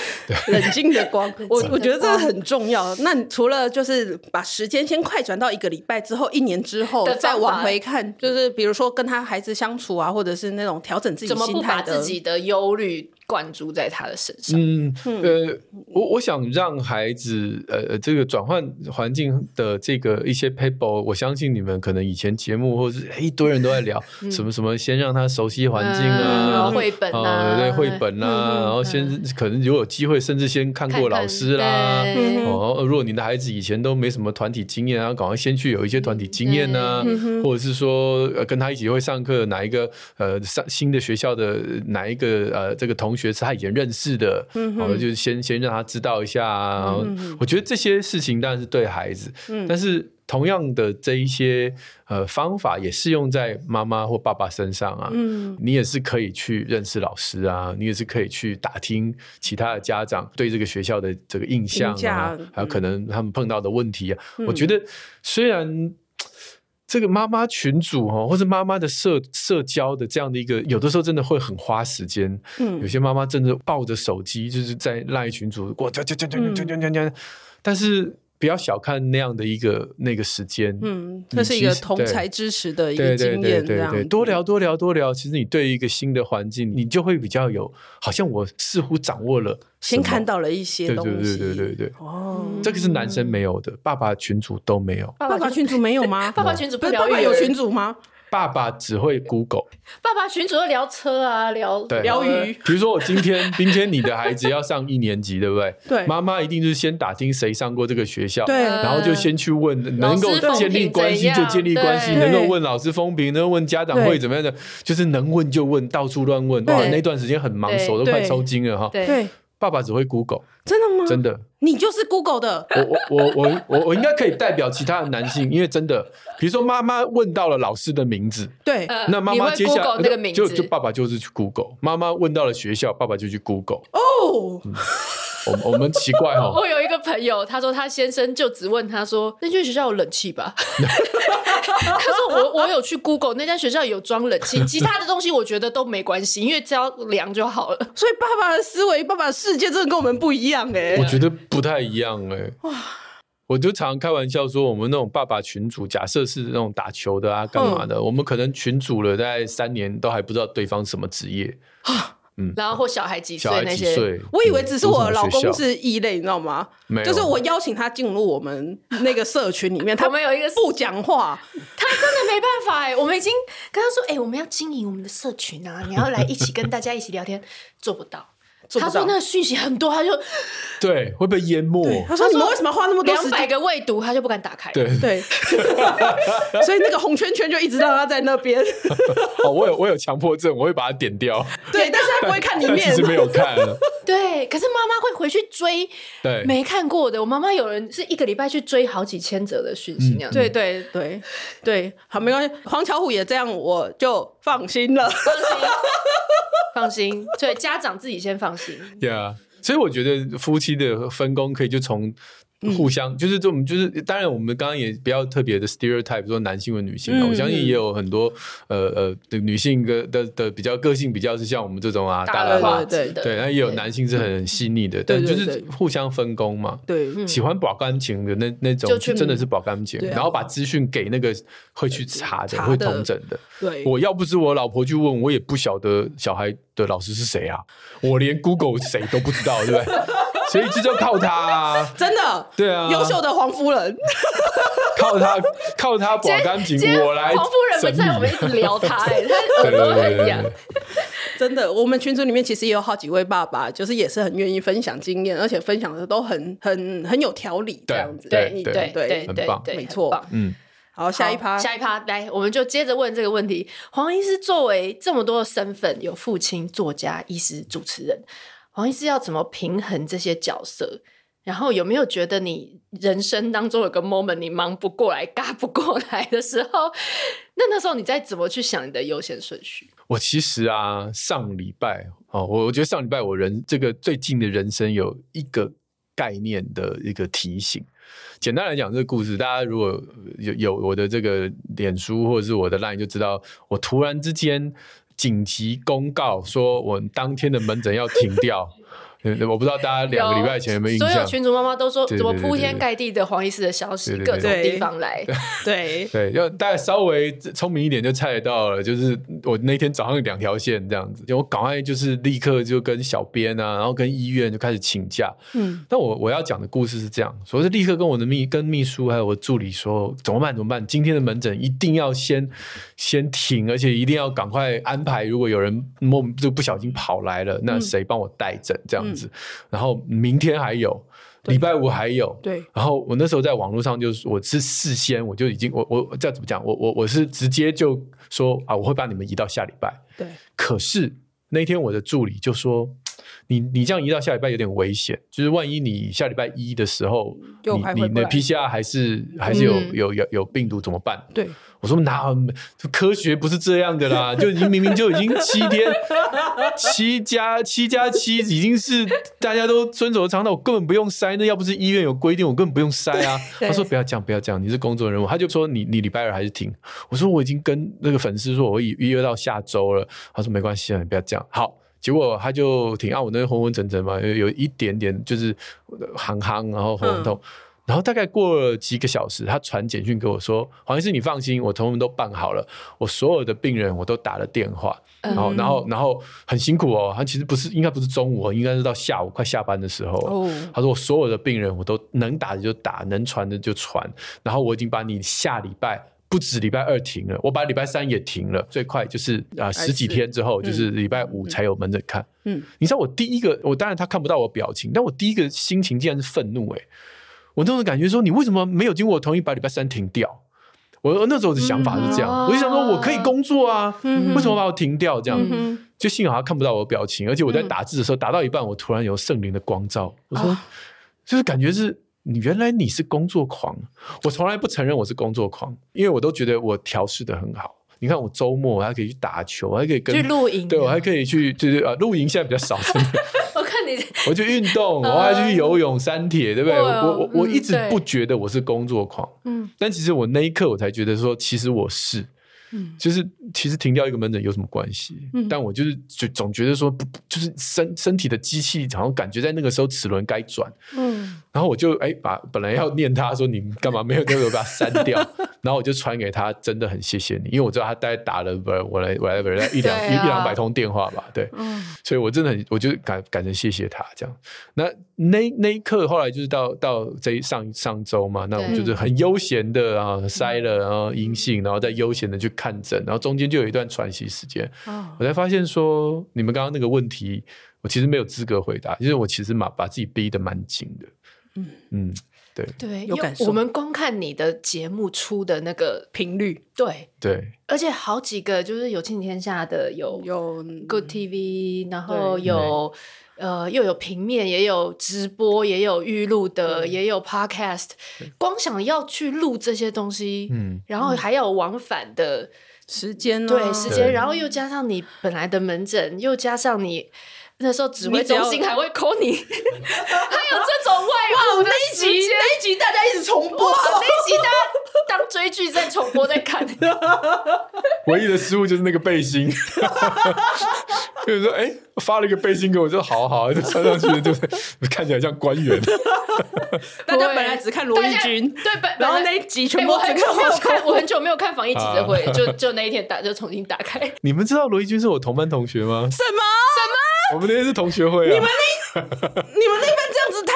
冷静的光， *laughs* 我
静的
我觉得这个
光
很重要。那除了就是把时间先快转到一个礼拜之后、一年之后
的方法
再往回看，就是比如说跟他孩子相处啊，或者是那种调整自己
怎么
心
不
态
把
的
自。己的忧虑灌注在他的身上？
嗯，呃，我我想让孩子呃这个转换环境的这个一些 people，我相信你们可能以前节目或是哎一堆人都在聊什么什么，先让他熟悉环境
嗯然
啊
后，绘本
哦
啊，
对，绘本啦、
嗯
然后先可能如果有机会，甚至先看
看
过
看
老师啦。
对
嗯哼
哦，如果你的孩子以前都没什么团体经验啊，赶快先去有一些团体经验呐、
嗯哼
或者是说、呃、跟他一起会上课，哪一个呃上新的学校的呃哪一个呃这个同学是他以前认识的，嗯、哦，就是先先让他知道一下、啊。然后
嗯
我觉得这些事情当然是对孩子，但是同样的这一些呃方法也适用在妈妈或爸爸身上啊。
*laughs* 嗯，
你也是可以去认识老师啊，你也是可以去打听其他的家长对这个学校的这个印象
评
啊
价，
还有可能他们碰到的问题啊。我觉得虽然。这个妈妈群组哦，或是妈妈的社社交的这样的一个，有的时候真的会很花时间。
嗯
有些妈妈真的抱着手机，就是在赖群组哇，讲讲讲讲讲讲讲讲，但是不要小看那样的一个那个时间。
嗯，
你
这是一个
其实
同
对
才支持的一
对
个
对
经
对
验，这
对
样
对，多聊多聊多聊，其实你对一个新的环境，你就会比较有，好像我似乎掌握了什
先
么，
看到了一些
对
东
对对
西。
对对对，
哦，
这个是男生没有的，爸爸群主都没有，
爸
爸爸
爸群
群主没有吗？
爸爸群主
不
不
是
聊
*laughs* 爸爸
育
有
儿
群主吗？
爸爸只会 Google，
爸爸群主要聊车啊，聊
对，
聊鱼
比如说我今天今天你的孩子要上一年级，对不对？
对
妈妈一定就是先打听谁上过这个学校，
对呃
然后就先去问，能够
老师风评
建立关系
怎
就
样
建立关系，
对
能够问老师风评，能够问家长会怎么样的，就是能问就问，到处乱问。哇，
对
那段时间很忙，
对
手都快
对
抽筋了哈。
对
对，
爸爸只会 Google，
真的吗？
真的。
你就是 Google 的，
我我我我我我应该可以代表其他的男性，因为真的，比如说妈妈问到了老师的名字，
对，
呃
那妈妈接下
你会 Google 那个名字
就就爸爸就是去 Google，妈妈问到了学校，爸爸就去 Google。
哦，
我们我们奇怪
*laughs*
哦，
我有一个朋友，他说他先生就只问他说：“那间学校有冷气吧？” *laughs* 他说我：“我有去 Google 那间学校有装冷
*laughs*
气，其他的东西我觉得都没关系，因为只要凉就好了。
所以爸爸的思维、爸爸的世界真的跟我们不一样哎、
我觉得不太一样哎、我就常开玩笑说，我们那种爸爸群主，假设是那种打球的啊，干嘛的，我们可能群主了大概三年，都还不知道对方什么职业，”
然后或小孩几
嗯小
岁
孩
那
几
些，
岁。
我以为只是我
读什
老
么学校
公是异类，你知道吗？
没有
就是我邀请他进入我们那个社群里面，
*laughs*
他
我们有一个
不讲话，
他真的没办法哎、我们已经跟他说：“哎、我们要经营我们的社群啊，你要来一起跟大家一起聊天，做不
*laughs*
到。”
做不
他说
到
那个讯息很多，他就
对会被淹没。
他说你们为什么要花那么多
两
时
百
间？
个未读，他就不敢打开。
对， *laughs*
对，所以那个红圈圈就一直让他在那
*laughs*
边，
哦，我有我有强迫症，我会把它点
*laughs*
掉，
对，但是他不会看里
但其
面
实。没有看。
*laughs*
对，可是妈妈会回去追
对，
没看过的，我妈妈有人是一个礼拜去追好几千则的讯
嗯
息那样子。
对对对对，好，没关系。黄巧虎也这样，我就放心了。
放心，对家长自己先放
*laughs*
心。
Yeah，所以我觉得夫妻的分工可以就从
嗯
互相，就是这种，就是当然我们刚刚也不要特别的 stereotype 说男性和女性啊，
嗯
我相信也有很多呃呃的女性的的的比较个性比较是像我们这种啊大
了
喇叭
吧，
对对嗯
的，
对，那也有男性是很细腻的，
对
但
对嗯
就是互相分工嘛。
*laughs* 对，
喜欢保钢琴的那那种，
就去
真的是保钢琴，
对啊
然后把资讯给那个会去查的、
查的
会统整的。
对
我要不是我老婆去问，我也不晓得小孩的老师是谁啊，我连 Google 谁都不知道，对不 *laughs* 对？所以这就靠他、啊，
真的，
对啊
优秀的黄夫人，
靠他，靠他保钢琴
今天，
我来
黄夫人
整
不在，我们
理
一。直聊她、哎，她
*laughs*
耳
对对
朵
对对
很
对
痒。
对，
真的，我们群组里面其实也有好几位爸爸，就是也是很愿意分享经验，而且分享的都很很很有条理，这样子。
对
对对
对
对
对
很
对
棒
对，
没错
很棒
嗯，
好，下一趴
好，下一趴来，我们就接着问这个问题：黄医师作为这么多的身份，有父亲、作家、医师、主持人，黄医师要怎么平衡这些角色？然后有没有觉得你人生当中有个 moment 你忙不过来、嘎不过来的时候， *laughs* 那那时候你再怎么去想你的优先顺序？
我其实啊，上礼拜哦，我我觉得上礼拜我人这个最近的人生有一个概念的一个提醒。简单来讲，这个故事，大家如果呃有有我的这个脸书或者是我的 LINE 就知道，我突然之间紧急公告说，我当天的门诊要停掉。 *laughs* 对对，我不知道大家两个礼拜前有没有印
所有
象？
群主妈妈都说
对
怎么
对对
铺
对
天
对
盖地的黄医师的消息，
对对
各
对
种
对
地方来，
*laughs*
对，
对，要大家稍微聪明一点就猜得到了。就是我那天早上两条线这样子，我赶快就是立刻就跟小编啊，然后跟医院就开始请假。
嗯，
那我我要讲的故事是这样，所以是立刻跟我的秘跟秘书还有我助理说，怎么办？怎么办？今天的门诊一定要先先停，而且一定要赶快安排。如果有人莫就不小心跑来了，那谁帮我带诊这样子？然后明天还有，
对
礼拜五还有，
对，
然后我那时候在网络上就是，我是事先我就已经我我这样怎么讲？我我我是直接就说啊，我会把你们移到下礼拜。
对，
可是那天我的助理就说，你你这样移到下礼拜有点危险，就是万一你下礼拜一的时候，你
又还回
你
不
的
来
PCR 还是还是有、
嗯
有有有病毒怎么办？
对，
我说哪有科学不是这样的啦，就已经明明就已经七天，七加七加七已经是大家都遵守的常态，我根本不用筛。那要不是医院有规定，我根本不用筛啊。
对
他说不要这样，不要这样，你是工作人员。他就说你你礼拜二还是停。我说我已经跟那个粉丝说我已预约到下周了。他说没关系啊，你不要这样。好。结果他就挺啊，我那昏昏沉沉嘛，有有一点点就是呃行行，然后喉咙痛。然后大概过了几个小时，他传简讯给我说：“黄医师，你放心，我同们都办好了，我所有的病人我都打了电话，
嗯
然后然后然后很辛苦哦，他其实不是应该不是中午哦，应该是到下午快下班的时候哦。
哦，
他说我所有的病人我都能打的就打，能传的就传，然后我已经把你下礼拜。”不止礼拜二停了，我把礼拜三也停了，最快就是啊、呃十几天之后，就是礼拜五才有门诊看。
嗯，
你知道我第一个，我当然他看不到我表情，但我第一个心情竟然是愤怒、欸，我那种感觉说，你为什么没有经过我同意把礼拜三停掉？我我那时候的想法是这样，
嗯
我就想说我可以工作啊，
嗯
为什么把我停掉？这样、
嗯
就幸好他看不到我的表情，而且我在打字的时候、打到一半，我突然有圣灵的光照，我说、就是感觉是。你原来你是工作狂，我从来不承认我是工作狂，因为我都觉得我调试的很好。你看我周末我还可以去打球，我还可以跟
去露
啊
营，啊
对我
*laughs*
还可以去就是呃露营，现在比较少，真的。
我看你
我去运动，我还去游泳、山铁，对不对？
嗯对啊
我我我
嗯
一直
对
不觉得我是工作狂，
嗯，
但其实我那一刻我才觉得说，其实我是，嗯，就是其实停掉一个门诊有什么关系？嗯，但我就是就总觉得说，不不就是身身体的机器好像感觉在那个时候齿轮该转，
嗯，
然后我就哎把本来要念他说你干嘛没有给我把它删掉， *laughs* 然后我就传给他，真的很谢谢你，因为我知道他大概打了不我来我来我来一两、
对
一
啊
一两百通电话吧，对，
嗯
所以我真的很我就感感恩谢谢他这样。那那那一刻后来就是到到这一上上周嘛，那我们
对
就是很悠闲的啊筛了，然后阴性，然后再悠闲的去看诊，然后中间就有一段喘息时间，
哦
我才发现说你们刚刚那个问题。我其实没有资格回答，因为我其实嘛把自己逼得蛮紧的。嗯，对
对，因
有
为
感受
我们光看你的节目出的那个
频率
对，
对，
而且好几个就是有《庆天下》的，有
有
Good TV，然后
嗯对
有呃又有平面，也有直播，也有预录的，也有 Podcast。光想要去录这些东西，
嗯，
然后还有往返的
时间啊，
对时间，
对
然后又加上你本来的门诊，又加上你。那时候指挥
你只要
中心还会 call
*laughs*
你，还有这种外务的时间，
那一集大家一直重播，
那一集大家当追剧在重播在看，
唯一的失误就是那个背心，就是说，哎、发了一个背心给我，就好好，就穿上去，就是看起来像官员。
*laughs* 大家本来只看罗
大
毅
家
军，
对本本
然后
来
那一集
哎
全部
我
只
很久
看
没
我
有看，我很久没有看防疫记者会，
啊
就就那一天打就重新打开。
你们知道罗一军是我同班同学吗？
什么？
我们那天是同学会啊，
你们那边这样子太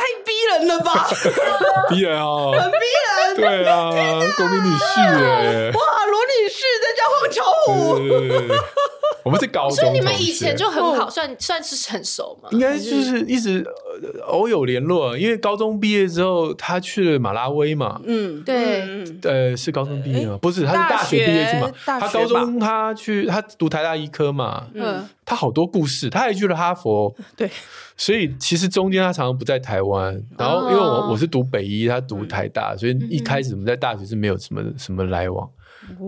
太逼人了吧？ *laughs*
逼人哦，很逼人，对啊，国民女婿哎、
哇，罗女士在家晃巧
对
虎，
对对对对我们是高中同学，
所以你们以前就很好，
嗯
算算是很熟嘛？
应该就是一直呃偶有联络，因为高中毕业之后，他去了马拉维嘛，
嗯，
对
嗯，嗯
呃，是高中毕业吗？不是，他
大
是大学毕业去嘛
学？大
他
学吧
高中他去他读台大医科嘛？
嗯，
他好多故事，他还去了哈佛，
对，
所以其实中间他常常不在台湾。
哦
然后因为我我是读北医，他
嗯
读台大，所以一开始我们在大学是没有什么什么来往。
嗯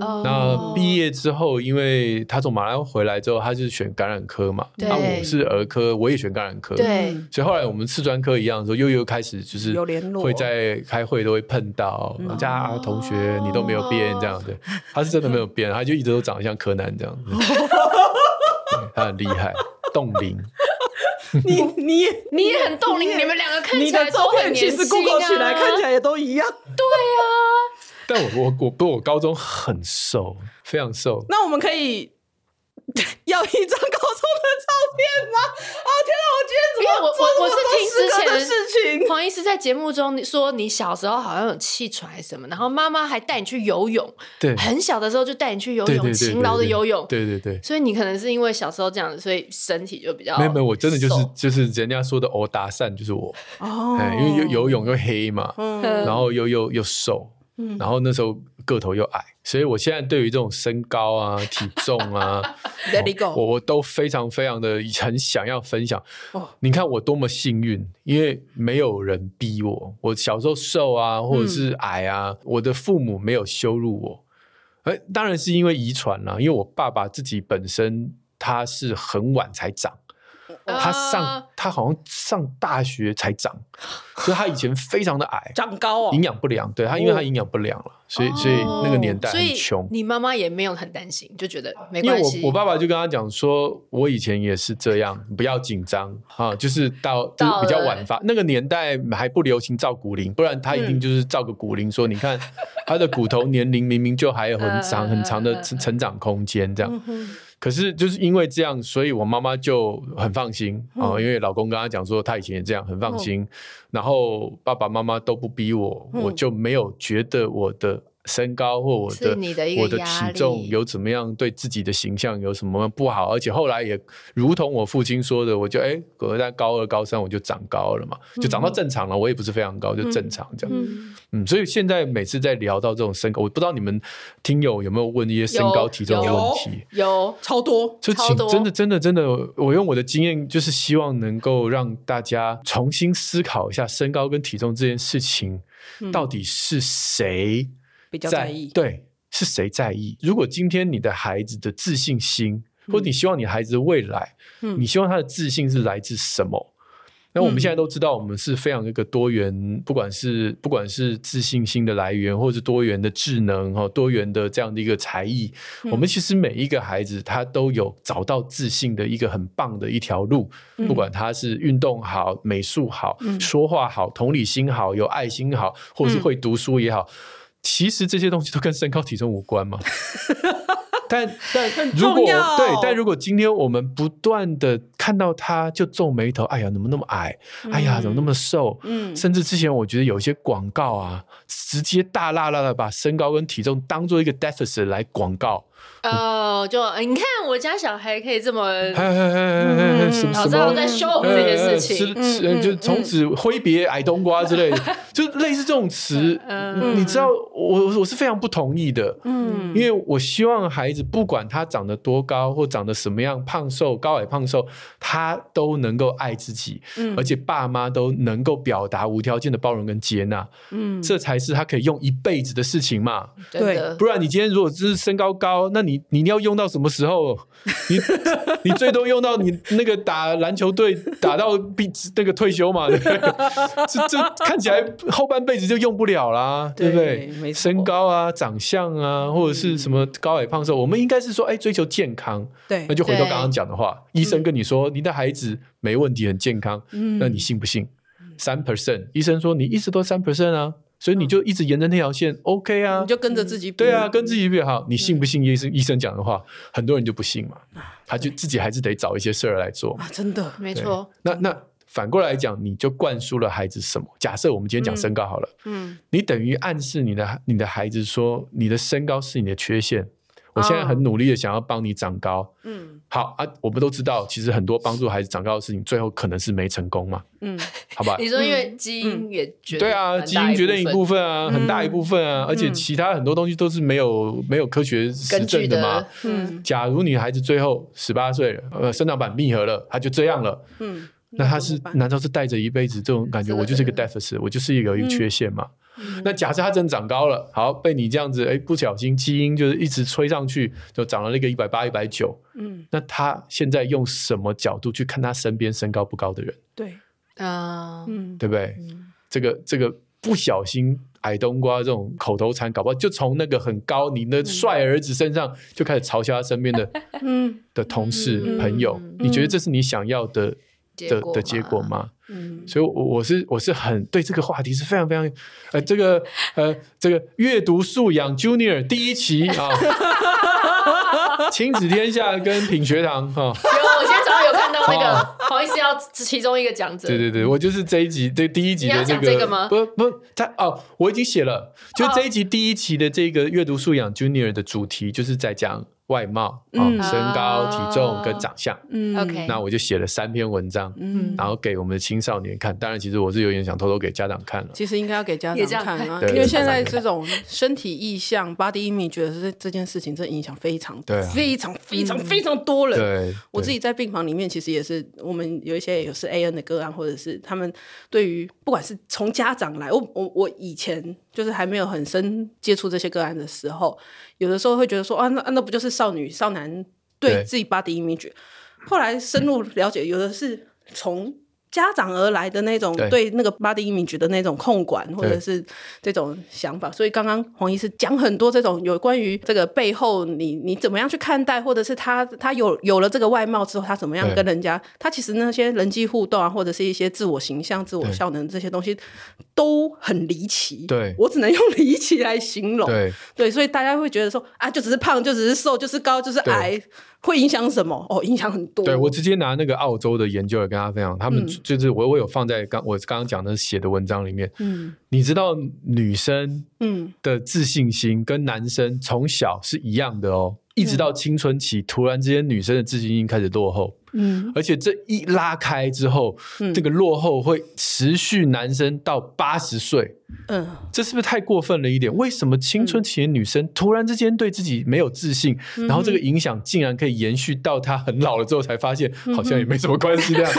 哦
那毕业之后，因为他从马来回来之后，他是选感染科嘛，
对
那我是儿科，我也选感染科，
对
嗯
所以后来我们四专科一样的时候，又又开始就是
有联络
会在开会都会碰到，
嗯
人家、啊、同学你都没有变这样
哦
对，他是真的没有变，他就
*laughs*
一嗯直都长得像柯南这样子，对他很厉害，冻龄，
你你也
你也很冻龄，你们两个看
你
起
的
来
照
都很
片其
年轻、啊、
实 Google 起来看起来也都一样。
但我我我不过我高中很瘦，非常瘦。
那我们可以要一张高中的照片吗？哦天啊，我今天怎
因为
么
我我我是听之
做
前
这么多失格的事情？
黄医师在节目中说，你小时候好像有气喘还是什么，然后妈妈还带你去游泳，
对，
很小的时候就带你去游
对对
泳，
对对
勤劳的
对
游泳。
对对对，
所以你可能是因为小时候这样，所以身体就比较
没有没有，我真的就是
哦瘦
就是人家说的哦，搭讪就是我，
哦
哎，因
어.
为游游泳又黑嘛，
嗯
然后又又又瘦，然后那时候个头又矮，所以我现在对于这种身高
*laughs*
啊、体重啊
Let it
我
go
我我都非常非常的很想要分享
哦。
你看我多么幸运，因为没有人逼我。我小时候瘦啊，
嗯
或者是矮啊，我的父母没有羞辱我。哎，当然是因为遗传啦、因为我爸爸自己本身他是很晚才长。他上
啊
他好像上大学才长，所以他以前非常的矮，
长高哦
营，养不良，对他因为他营养不良了，所以所以那个年代
哦所
很
以
穷。
你妈妈也没有很担心，就觉得没
因
关
为我
系。
我爸爸就跟他讲说，我以前也是这样，不要紧张啊，就是到就
到了
是比较晚发，那个年代还不流行照骨龄，不然他一
嗯
定就是照个骨龄说，你看他的骨头年龄明明就还有很长
嗯
很长的
嗯嗯
成成长空间这样。可是就是因为这样，所以我妈妈就很放心
嗯
啊、因为老公跟她讲说，她以前也这样，很放心。然后爸爸妈妈都不逼我，
嗯
我就没有觉得我的身高或我的
是你的一个
我的
压力
体重有怎么样对自己的形象有什么不好，而且后来也如同我父亲说的，我就哎，可能在高二高三我就长高了嘛，就长到正常了，我也不是非常高，就正常这样。
嗯
嗯，所以现在每次在聊到这种身高，我不知道你们听友有没有问一些身高
有
体重的
有
问题。
有
超多。
就
超
请
多
真的真的真的，我用我的经验，就是希望能够让大家重新思考一下身高跟体重这件事情，
嗯
到底是谁
比较在意
对，是谁在意？如果今天你的孩子的自信心，或者你希望你孩子的未来，
嗯
你希望他的自信是来自什么？那我们现在都知道，我们是非常一个多元，不管是不管是自信心的来源，或者是多元的智能哈，多元的这样的一个才艺，
嗯
我们其实每一个孩子他都有找到自信的一个很棒的一条路，不管他是运动好、美术好、说话好、同理心好、有爱心好，或者是会读书也好，其实这些东西都跟身高体重无关嘛。但但如果
重要
对，但如果今天我们不断的看到他就皱眉头，哎呀，怎么那么矮？哎呀，怎么那么瘦？
嗯
甚至之前我觉得有一些广告啊，直接大辣辣的把身高跟体重当做一个 deficit 来广告，
呃，就你看我家小孩可以这么，
嗯
哎哎哎哎哎哎什么
老
什
知道
么
我。
嗯
在 show
哎
这件
哎
事
哎
情。
吃吃，就从此挥别矮冬瓜之
*laughs*
类的，就类似这种词，你知道，我我是非常不同意的。
嗯
因为我希望孩子不管他长得多高或长得什么样，胖瘦、高矮、胖瘦，他都能够爱自己，
嗯
而且爸妈都能够表达无条件的包容跟接纳，
嗯，
这才是他可以用一辈子的事情嘛。
真的
不然你今天如果只是身高高，那你你要用到什么
*laughs*
时候？你你最多用到你那个打篮球队打到毕 *laughs* 那个退休嘛，对不对？ *laughs* 这这看起来后半辈子就用不了啦，对不
对没
对？
错嗯
身高啊、长相啊，或者是什么高矮胖瘦，我们应该是说，哎，追求健康。
对
那，就回到刚刚讲的话，医生跟你说你的孩子没问题，很健康，
음.嗯
那你信不信？三 percent，医生说你一直都三 percent 啊，所
嗯
以你就一直沿着那条线，OK 啊，
你就跟着自
嗯
己比
对啊，，跟自己比好，你信不信医生、医生讲的话？很多人就不信嘛，他就自己还是得找一些事儿来
嗯
做嘛。
啊，真的，
没
对
错，。
那那反过来讲，你就灌输了孩子什么？假设我们今天讲身高好了，
嗯，
你等于暗示你的你的孩子说，你的身高是你的缺
哦
陷。我现在很努力的想要帮你长高，
嗯
好啊，我们都知道，其实很多帮助孩子长高的事情，最后可能是没成功嘛，
嗯，
*laughs*
好吧？
你说因为基因也决定
啊对啊，
蛮大
基因决定
一
一
部
部
分
分啊，很大一部分啊，而且
嗯
其他很多东西都是没有没有科学实
根据
证的嘛。
的，嗯，
假如女孩子最后十八岁了，呃，生长板密合了，她就这样了，
嗯，
那她是
怎么办
难道是带着一辈子这种感觉？
这个
我就是一个 deficit，我就是有一个缺陷嘛？
嗯
那假设她真的长高了，好，被你这样子，哎，不小心基因就是一直吹上去，就长了那个一百八、一百九，
嗯，
那她现在用什么角度去看她身边身高不高的人，
对，
啊，
嗯，
对不对？这个这个不小心。矮冬瓜这种口头禅，搞不好就从那个很高你的帅儿子身上就开始嘲笑他身边的
嗯，
的同事、
嗯
朋友
嗯，
你觉得这是你想要的的
果
的结果
嘛
吗？
嗯，
所以我，我是我是很对这个话题是非常非常呃，这个呃，这个阅读素养 Junior 第一
*laughs*
期啊，亲子天下跟品学堂啊哈、
有，我今天早上有看到那个
哦，
不好意思，要其中一个讲者，
对对对，我就是这一集对第一集的
你要讲
个
这个吗哦
不不，他哦，我已经写了，就这一集第一期的这个阅读素养 Junior 的主题就是在讲外貌啊、
嗯
身高、体重跟
啊
长相。
嗯
OK
那我就写了三篇文章，
嗯，
然后给我们的青少年看。当然，其实我是有点想偷偷给家长看了。
其实应该要给家
也这样
长看
*laughs*
啊，
对
因为现
家
在
长看
这种身体意向、body image 的这这件事情，真的影响非常
对啊
非常非常
嗯
非常多人。
对，
我自
己
己在病房里面，其实也是我们有一些有是 A N 的个案，或者是他们对于不管是从家长来，我我我以前就是还没有很深接触这些个案的时候，有的时候会觉得说啊，那啊那不就是少女少男对
对
自己 body image？后来深入了解，有的是从家长而来的那种
对
对那个 body image 的那种控管，或者是这种想法。所以刚刚黄医师讲很多这种有关于这个背后你你怎么样去看待，或者是他他有有了这个外貌之后，他怎么样
对
跟人家，他其实那些人际互动啊，或者是一些自我形象、自我
对
效能这些东西都很离奇。
对
我只能用离奇来形容。
对
对，所以大家会觉得说啊，就只是胖，就只是瘦，就是高，就是
对
矮，会影响什么？哦，影响很多。
对，我直接拿那个澳洲的研究来跟大家分享，他们
嗯
就是我我有放在刚我刚刚讲的写的文章里面，
嗯
你知道女生
嗯
的自信心跟男生从小是一样的哦，一直到青春期，突然之间女生的自信心开始落后，
嗯，
而且这一拉开之后，
嗯
这个落后会持续男生到八十岁，
嗯，
这是不是太过分了一点？为什么青春期的女生突然之间对自己没有自信，
嗯
然后这个影响竟然可以延续到她很老了之后才发现，
嗯
好像也没什么关系
*laughs*
这样？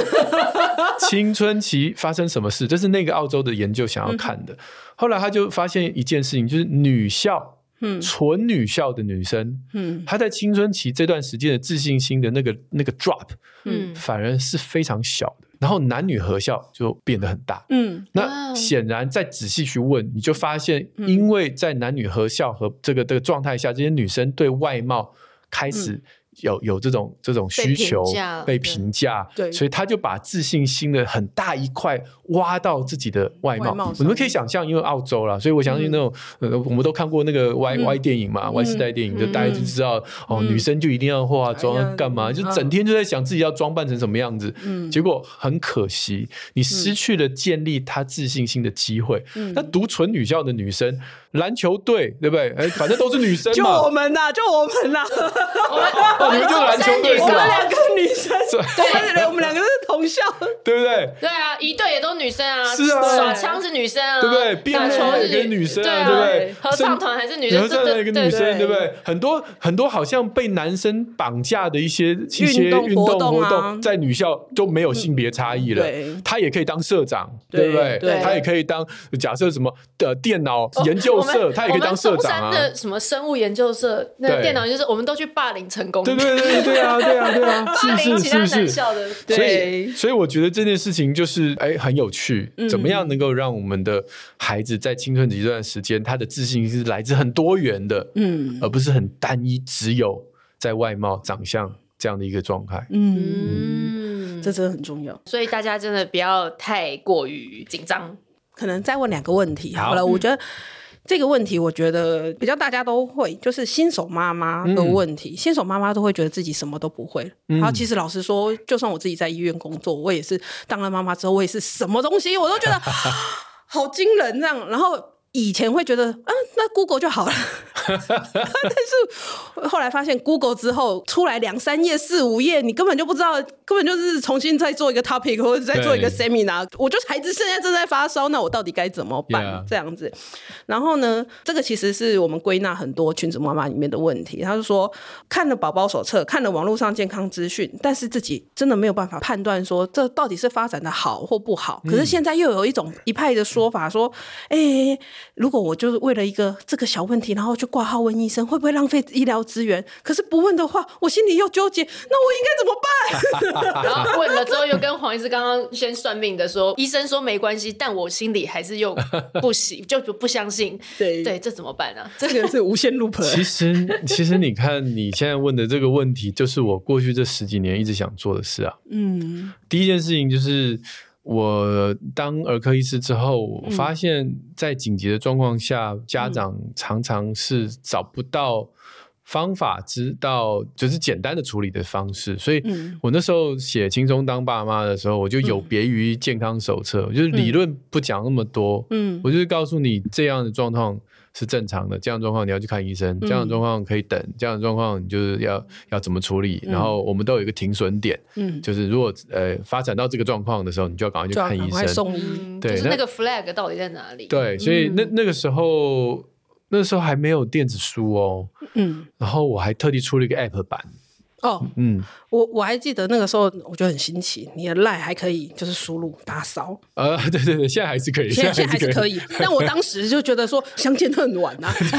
青春期发生什么事？这是那个澳洲的研究想要看
嗯
的。后来他就发现一件事情，就是女校，
嗯
纯女校的女生，
嗯
她在青春期这段时间的自信心的那个那个 drop，
嗯，
反而是非常小的。然后男女合校就变得很大。
嗯
那显然，再仔细去问，你就发现，
嗯
因为在男女合校和这个这个状态下，这些女生对外貌开
嗯
始有有这种这种需求
评价，对
被评价，
对
所以她就把自信心的很大一块挖到自己的
外
外
貌
貌
上。嗯
你们可以想象，因为澳洲啦，所以我相信那种呃，我们都看过那个 Y Y 电影嘛，Y 世代电影，就大家就知道哦，女生就一定要化妆
嗯哎呀
干嘛，就
嗯
整天就在想自己要装扮成什么样子，
嗯
结果很可惜，你失去了建立她自信心的机会。
嗯
那读纯女校的女生，篮球队对不对？哎，反正都是女生
就我
*laughs* 嘛，
们呐，就我们呐，
哦，你们就是篮球队是
我们
吧？
两个女生，
是
我们两我们两个是同校，
对不对？
对啊，一队也都女生啊，
是啊
耍枪是女生啊，
对不对？辩
打球
论
是
也跟女生
对
啊，对不对？
合唱团还是女生，
合唱团也跟女生，
对
对不对？很多很多好像被男生绑架的一些一些
运动
运动
活动
活
啊
动，在女校就没有性别差异了
嗯对。
他也可以当社长，
对
对不
对
对？他也可以当假设什么的电脑研究社，他也可以当社长
哦我
啊
们中。山的什么生物研究社，那个
对
电脑就是我们都去霸凌成功，
对对对对啊对啊对
*laughs*
啊，
霸
是
凌
不
其
是是
他
不
男
是？
校的，
所
对嗯
以，所以我觉得这件事情就是，哎，很有趣。怎么样能够让我们的孩子在青春期这段时间，他的自信是来自很多元的，
嗯
而不是很单一，只有在外貌、长相这样的一个状态。
嗯，
嗯，
这真的很重要。
所以大家真的不要太过于紧张，
可能再问两个问题好
好
了，我觉得。这个问题，我觉得比较大家都会，就是新手妈妈的问题。新手妈妈都会觉得自己什么都不会。然后其实老实说，就算我自己在医院工作，我也是当了妈妈之后，我也是什么东西我都觉得 *gasps* 好惊人这样。然后以前会觉得，啊，那 Google 就好了。 *laughs* 但是后来发现 Google 之后出来两三页、四五页，你根本就不知道，根本就是重新再做一个 topic 或者再做一个
对
seminar。我就孩子现在正在发烧，那我到底该怎么办
Yeah
这样子，然后呢，这个其实是我们归纳很多群组妈妈里面的问题。他是说，看了宝宝手册，看了网络上健康资讯，但是自己真的没有办法判断说这到底是发展的好或不好。可是
嗯
现在又有一种一派的说法说，哎、如果我就是为了一个这个小问题，然后去挂号问医生会不会浪费医疗资源，可是不问的话，我心里又纠结，那我应该怎么
*laughs*
办？
*laughs*
然后问了之后，又跟黄医师刚刚先算命的说，医生说没关系，但我心里还是又不行，就不不相
*laughs*
信。
对
对，这怎么办啊？
这个是无限 loop
其实，其实你看你现在问的这个问题，就是我过去这十几年一直想做的事啊。
嗯，
第一件事情就是我当儿科医师之后，我发现在紧急的状况下，家长常常是找不到方法，知道就是简单的处理的方式。所以
嗯
我那时候写《轻松当爸妈》的时候，我就有别于健康手册，我就是理论不讲那么多，
嗯
我就是告诉你这样的状况。是正常的，这样的状况你要去看医生，这
嗯
样的状况可以等，这样的状况你就是要要怎么处理，然后我们都有一个停损点，
嗯，
就是如果呃发展到这个状况的时候，你就要赶快去
就要
看
赶
医
快
生。
送医。嗯
嗯，
对
就是
那
那个 flag 到底在哪里？，
对，所以那那个时候，那时候还没有电子书哦，
嗯，
然后我还特地出了一个 App 版，
哦，
嗯，
我我还记得那个时候，我觉得很新奇，你的赖还可以就是输入打扫，
呃， *laughs* 对对对，现在还是可以，
现在现在还是可
以。 *laughs*
以。但我当时就觉得说相见恨晚呐、怎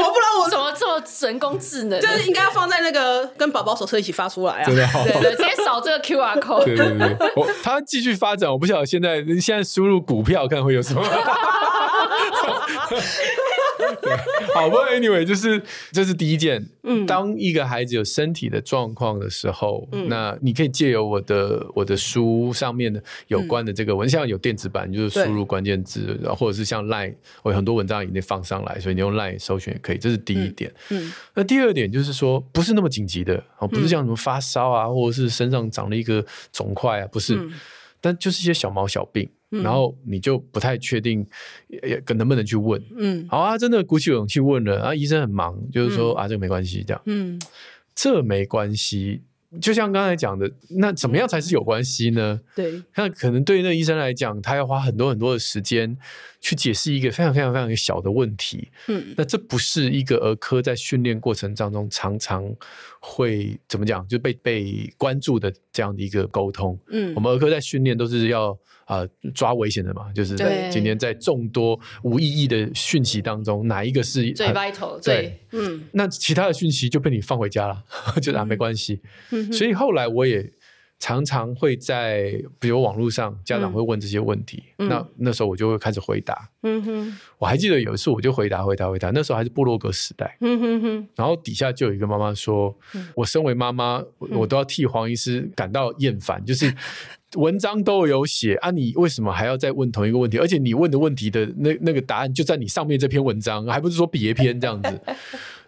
么不让我？
怎么这么人工智能？
就是应该要放在那个跟宝宝手册一起发出来啊
真！的好，
对对，直接扫这个 QR code。
对对对，对我它继续发展，我不晓得现在现在输入股票看会有什么。对 *laughs* 好，不过 anyway，就是这是第一件。嗯，当一个孩子有身体的状况的时候，
嗯
那你可以借由我的我的书上面的有关的这个
嗯
文，像有电子版，你就是输入关键字，然后或者是像 Line，我有很多文章已经放上来，所以你用 Line 搜寻也可以。这是第一点。
嗯
那第二点就是说，不是那么紧急的哦，不是像什么发烧啊，或者是身上长了一个肿块啊，不是，
嗯
但就是一些小毛小病，然后你就不太确定，也能不能去问。
嗯
好啊，真的鼓起勇气问了啊，医生很忙，就是说、啊，这个没关系，这样
嗯
这没关系。就像刚才讲的，那怎么样才是有关系呢？
对，
那可能对那医生来讲，他要花很多很多的时间去解释一个非常非常非常小的问题。
嗯
那这不是一个儿科在训练过程当中常常会怎么讲，就被被关注的这样的一个沟通。
嗯
我们儿科在训练都是要啊、呃抓危险的嘛，就是
对
今天在众多无意义的讯息当中，哪一个是
*laughs* 最
很
vital
啊对
最
嗯
那其他的讯息就被你放回家了， *laughs* 就啊没
嗯
关系。所以后来我也常常会在，比如网络上家
嗯
长会问这些问题，那那时候我就会开始回答。
嗯哼
我还记得有一次，我就回答回答回答，那时候还是部落格时代，
嗯哼哼，
然后底下就有一个妈妈说：“我身为妈妈，我我都要替黄医师感到厌烦，就是文章都有写啊，你为什么还要再问同一个问题？而且你问的问题的那那个答案就在你上面这篇文章，还不是说别篇这样子。”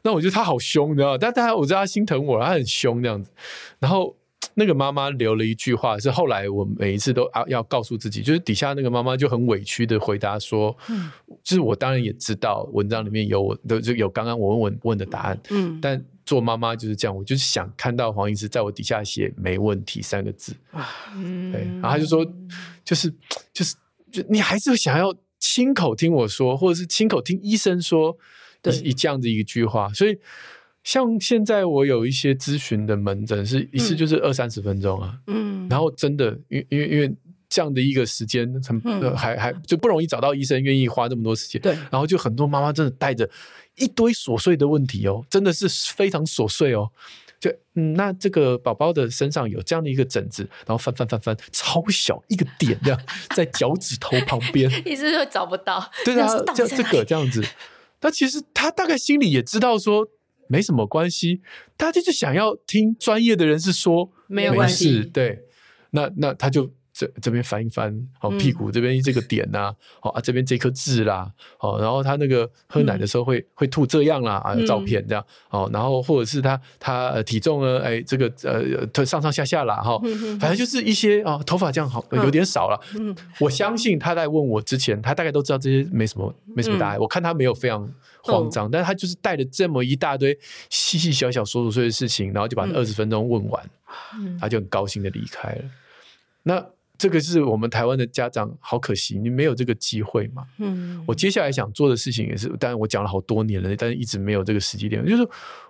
那我觉得他好凶，你知道吗？但他我知道他心疼我，他很凶这样子。然后那个妈妈留了一句话，是后来我每一次都啊要告诉自己，就是底下那个妈妈就很委屈的回答说，就是我当然也知道文章里面有我的就有刚刚我问问的答案，
嗯
但做妈妈就是这样，我就是想看到黄医师在我底下写“没问题”三个字，对，然后他就说，就是就是就你还是想要亲口听我说，或者是亲口听医生说，
对
一一这样子一句话，所以。像现在我有一些咨询的门诊，是一次就是二三十分钟啊，
嗯
然后真的，因因为因为这样的一个时间很，
嗯
呃、还还就不容易找到医生愿意花这么多时间，
对
然后就很多妈妈真的带着一堆琐碎的问题哦，真的是非常琐碎哦。就嗯，那这个宝宝的身上有这样的一个疹子，然后翻翻翻翻，超小一个点这样，在脚趾头旁边，
意思就找不到，
对啊
那是，到
这
底
样
在
这
哪
个
里
这样子，那其实他大概心里也知道说没什么关系，他就是想要听专业的人士说
没有
没
关
事
系
对，那那他就这这边翻一翻，
嗯
哦，屁股这边这个点呐、哦啊这边这颗痣啦，哦，然后他那个喝奶的时候
嗯
会、会吐这样啦啊，有照片这样，哦，然后或者是他他、呃、体重呢，哎，这个呃呃上上下下啦哈、哦反正就是一些啊、哦、头发这样好呃有点少了，我相信他在问我之前，他大概都知道这些没什么没什么答案，我看他没有非常慌张，但是他就是带着这么一大堆细细小小琐琐碎的事情，然后就把二十分钟问完，他就很高兴的离开了。那这个是我们台湾的家长，好可惜，你没有这个机会嘛。
嗯
我接下来想做的事情也是，当然我讲了好多年了，但是一直没有这个时机点。就是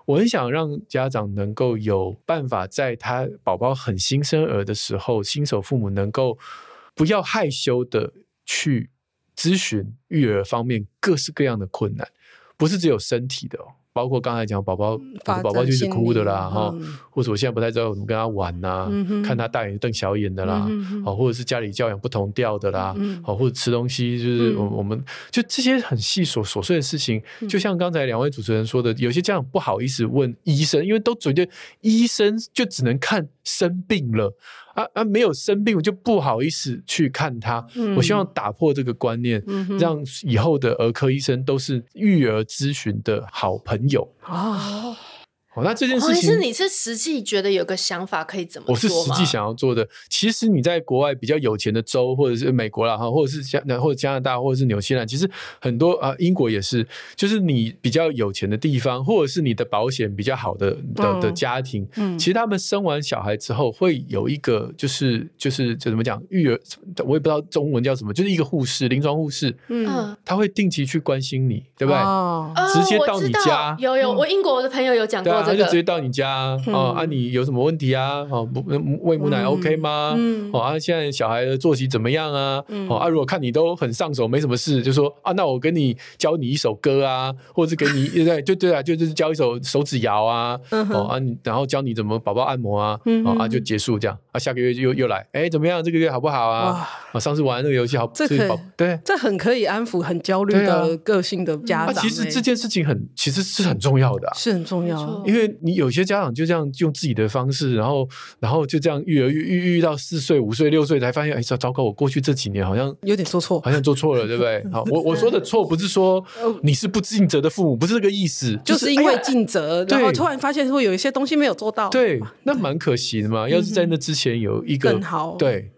我很想让家长能够有办法，在他宝宝很新生儿的时候，新手父母能够不要害羞的去咨询育儿方面各式各样的困难。不是只有身体的、哦，包括刚才讲宝宝，
嗯发展
宝宝就是哭的啦，
心理
哈、
嗯
或者我现在不太知道怎么跟他玩呐、
嗯哼
看他大眼瞪小眼的啦，
嗯哼
哦，或者是家里教养不同调的啦，
嗯
哦，或者吃东西就是
嗯
我我们就这些很细琐琐碎的事情，就像刚才两位主持人说的，有些家长不好意思问医生，因为都觉得医生就只能看生病了啊啊，没有生病我就不好意思去看他。
嗯
我希望打破这个观念，
嗯
让以后的儿科医生都是育儿咨询的好朋友。
啊，
哦，那这件
黄
事
医
情
师，你是实际觉得有个想法可以怎么做
我
吗？
是实际想要做的。其实你在国外比较有钱的州，或者是美国啦，哈，或者是加或者加拿大，或者是纽西兰，其实很多啊、呃英国也是，就是你比较有钱的地方，或者是你的保险比较好的的的
嗯
家庭，
嗯
其实他们生完小孩之后会有一个就是就是就怎么讲育儿，我也不知道中文叫什么，就是一个护士，临床护士，
嗯，
嗯。
他会定期去关心你，对不对？
哦
哦
直接
我
到
知
你
道
家嗯
有有，我英国的朋友有讲
对
过
啊，他
这
就直接
个，
到你家啊，
嗯
哦啊你有什么问题啊？哦，不喂母奶
嗯
OK 吗？
嗯
哦啊，现在小孩的作息怎么样啊？
嗯
哦啊，如果看你都很上手，没什么事，就说啊，那我给你教你一首歌啊，或者是给
*laughs*
你对对就对啊，就就是教一首手指谣啊，哦啊，你然后教你怎么宝宝按摩啊，
嗯
哦
哼
啊就结束这样啊，下个月就又又来，哎怎么样？这个月好不好啊
哇？
啊，上次玩那个游戏好，
这
所以
可以
宝对。
这很可以安抚很焦虑
对啊
的个性的家
啊，
长欸，
其实这件事情很，其实是很重要的啊、
是很重
没错
要，
因为你有些家长就这样用自己的方式，然后然后就这样育儿育育育到四岁、五岁、六岁才发现，哎，糟糟糕，我过去这几年好像 *laughs*
有点做错
好，像做错了，对不对？好，我我说的错不是说你是不尽责的父母，不是这个意思，
就是 *laughs* 因
哎
为
呀
尽责，
对
然后突然发现会有一些东西没有做到，，
对，那蛮可惜的
*laughs*
嘛。要是在那之前有一个
更好，，嗯
对，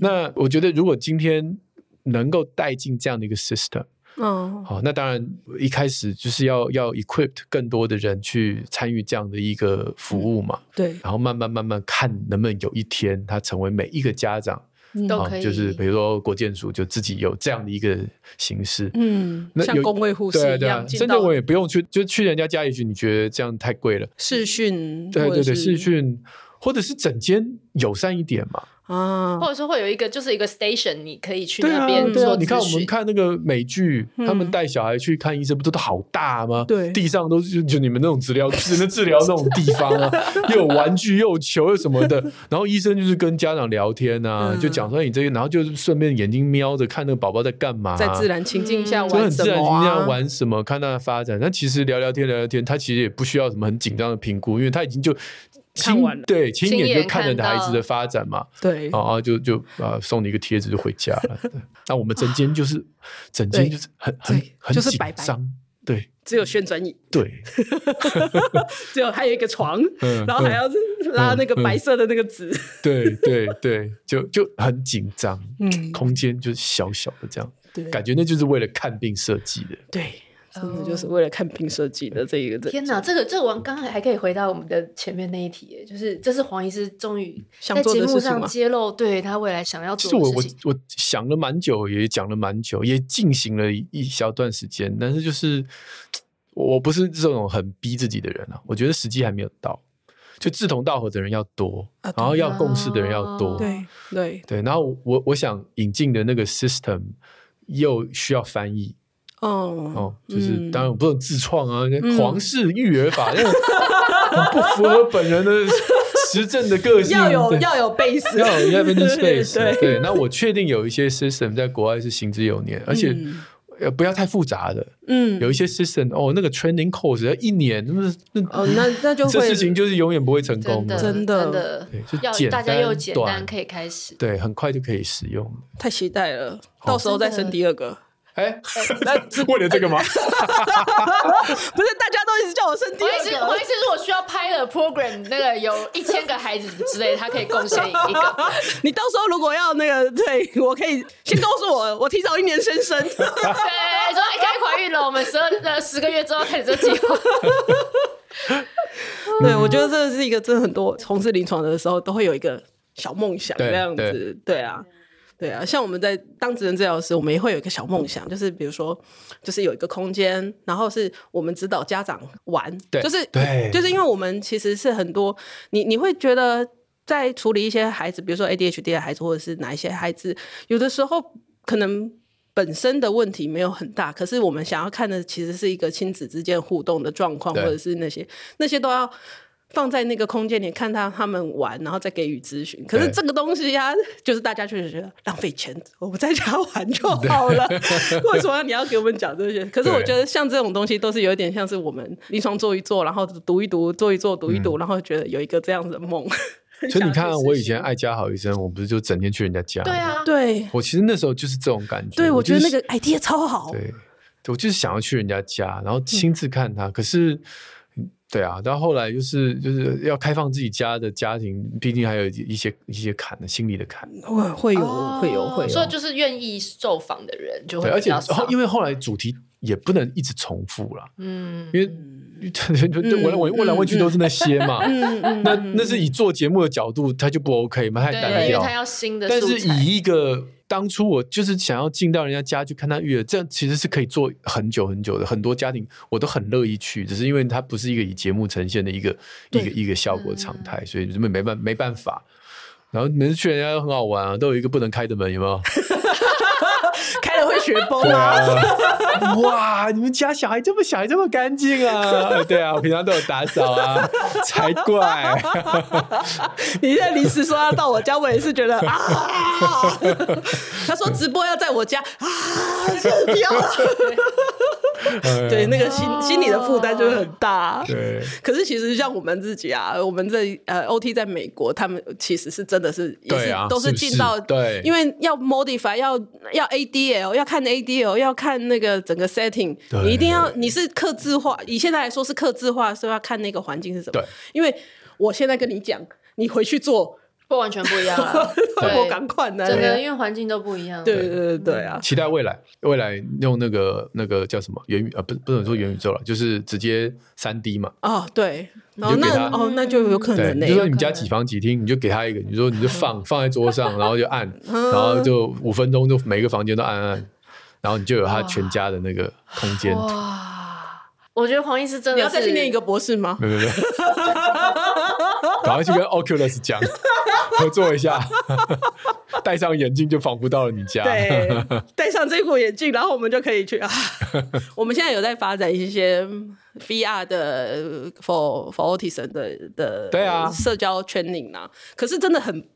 那我觉得如果今天能够带进这样的一个 system。
嗯，
好，那当然一开始就是要要 equipped 更多的人去参与这样的一个服务嘛。
对，
然后慢慢慢慢看能不能有一天，他成为每一个家长
都
啊
可以，
就是比如说国建署就自己有这样的一个形式。
嗯，
那
像
有
工位护士
对啊
一
对
样，
啊，
进
甚至
到
我也不用去，就去人家家里去，你觉得这样太贵了。
视讯，
对
或者
对
是
对，视讯或者是整间友善一点嘛。
啊
或，者说会有一个就是一个 station，你可以去
对
那
啊
边
对啊
做，
你看
咨
我们
询。
看那个美剧，他们
嗯
带小孩去看医生，不都好大吗？
对
地上都是就就你们那种治疗治那治疗那种地方
*laughs*
啊，又有玩具，又有球，又什么的。然后医生就是跟家长聊天啊，
嗯
就讲说你这个，然后就是顺便眼睛瞄着看那个宝宝在干嘛、
在自。然情境下
嗯
就很
玩
自
什
然，
么
这样
啊？
玩什么，看他的发展。那其实聊聊天，聊聊天，他其实也不需要什么很紧张的评估，因为他已经就
看
亲
完了
对，亲
亲
眼就
眼
看
看
着孩子
到
的发展嘛。
对，
然后就就哦啊、呃送你一个贴纸就回家
*laughs*
了。对那我们整间就是整间
对
就是很很
啊对
很
就是
紧
白白
张，对
只有旋转椅， *laughs*
对，
只有还有一个床，
嗯
然后还
嗯
要是拉那个白色的那个纸，
对对对，就就很紧张，
嗯
空间就是小小的这样，
对，
感觉那就是为了看病设计的。
对，真的就是为了看屏设计的这一个这
哦天哪，这个这个我刚才还可以回到我们的前面那一题耶，就是这是黄医师终于
想
在
做的
节目
事情
上
吗
揭露对他未来想要
其实
做
我
的
我
事情。
我想了蛮久，也讲了蛮久，也进行了一一小段时间，但是就是我我不是这种很逼自己的人啊，我觉得时机还没有到，就志同道合的人要多，
啊
然后
对
要共事的人要多，
哦
对对，
对，然后我我想引进的那个 system 又需要翻译
哦，
哦，就是、
嗯
当然我不能自创啊，那
嗯
皇室育儿法那种 *laughs* 不符合本人的实证的个
*laughs*
性，
要有
对
要有 base，
*laughs* 要有
*laughs*
evidence base，
对
对，那我确定有一些 system 在国外是行之有年，而且
嗯
呃不要太复杂的，
嗯，
有一些 system 哦，那个 training course 要一年，那么那
哦，那那就
这
会
事情就是永远不会成
真
功
的
真的
的的
对就
要
简
大家
单
又简
短
单可以开始。
对，很快就可以使用。
太期待了，到时候再生第二个。
哎， *laughs* 是为了这个
哎
吗？
*laughs* 不是，大家都一直叫我生第
黄医师，
二
黄
个
医，师如果需要拍的 program，那个有一千个孩子之类，他可以贡献一
*laughs*
个。
*laughs* 你到时候如果要那个，对我可以先告诉我，我提早一年生生。
对，说哎，该怀孕了，我们十二呃十个月之后开始做计划。
嗯
对，我觉得这是一个，真的很多从事临床的时候都会有一个小梦想
对
这样子，对啊。对啊，像我们在当职能治疗师，我们也会有一个小梦想，就是比如说，就是有一个空间，然后是我们指导家长玩，
对
就是
对
就是因为我们其实是很多，你你会觉得在处理一些孩子，比如说 ADHD 的孩子，或者是哪一些孩子，有的时候可能本身的问题没有很大，可是我们想要看的其实是一个亲子之间互动的状况，或
对
者是那些那些都要。放在那个空间里看他他们玩，然后再给予咨询。可是
对
这个东西呀、就是大家确实觉得浪费钱，我们在家玩就好
*laughs*
了。为什么你要给我们讲这些？可是我
对
觉得像这种东西都是有点像是我们临床做一做，然后读一读，做一做，读一读，然后觉得有一个这样子的梦。
嗯
*laughs*
所以你
很想
看，啊
去实
我以
现
前爱家好医生，我不是就整天去人家家？
*laughs* 对，啊，
对
我其实那时候就是这种感觉。
对，我觉得
就
那
是
个 idea 超好。
对，我就是想要去人家家，然后
嗯
亲自看他。可是，对啊，到后来就是就是要开放自己家的家庭，毕竟还有一些一些坎的心理的坎。
会会有
哦
会有会
所以
有，
就是愿意受访的人就会
对，而
比
且
较
后
少，
因为后来主题也不能一直重复啦，
嗯，
因为。对对对，问来问问来问去都是那些嘛，
嗯嗯，
那那是以做节目的角度，它就不 OK 嘛，太单
对，因为
调。
他要新的
但
素
是
材，
以一个当初我就是想要进到人家家去看他育儿，这样其实是可以做很久很久的，很多家庭我都很乐意去，只是因为它不是一个以节目呈现的一个一
对嗯
个一个效果常态，所以没没办没办法。然后每次去人家都很好玩啊，都有一个不能开的门，有没有？
*laughs* 开了会学崩
对
啊。
啊，哇，你们家小孩这么小还这么干净啊？对啊，我平常都有打扫啊， *laughs* 才怪。
*laughs* 你现在临时说要到我家，我也是觉得啊。 *laughs* 他说直播要在我家 *laughs* 啊，受不了了。 *laughs* 对，那个心心理的负担就会很大。
对。
可是其实像我们自己啊，我们在呃 OT 在美国，他们其实是真的是也
对
是、
啊
都
是不是
进到
对
因为要 modify 要要 ADL 要看 ADL 要看那个整个 setting，
对
你一定要你是克制化，以现在来说是克制化，是要看那个环境是什么。
对，
因为我现在跟你讲，你回去做，
不完全不一样
*laughs*
啊，
*laughs* 我赶快呢，
真的，因为环境都不一样，
对，对对对对啊，
期待未来，未来用那个那个叫什么元宇啊，不不能说元宇宙了，就是直接三 D 嘛。
哦对，然后
你就给
那
他
哦那就有可
对，
能
你
呢、
就说你家几房几厅，你就给他一个，你说你
*laughs*
就放放在桌上，然后就按，
嗯
然后就五分钟就每个房间都按按，然后你就有他全家的那个空间。
哇，我觉得黄医师真的
你要再
是
去念一个博士吗？
没有没有，没有赶快去跟 Oculus 讲 *laughs* 合作一下， *laughs* 戴上眼镜就仿佛到了你家。
对，戴上这副眼镜，然后我们就可以去啊。我们现在有在发展一些 VR 的呃 for for autism 的的
对啊
社交圈领啊，可是真的很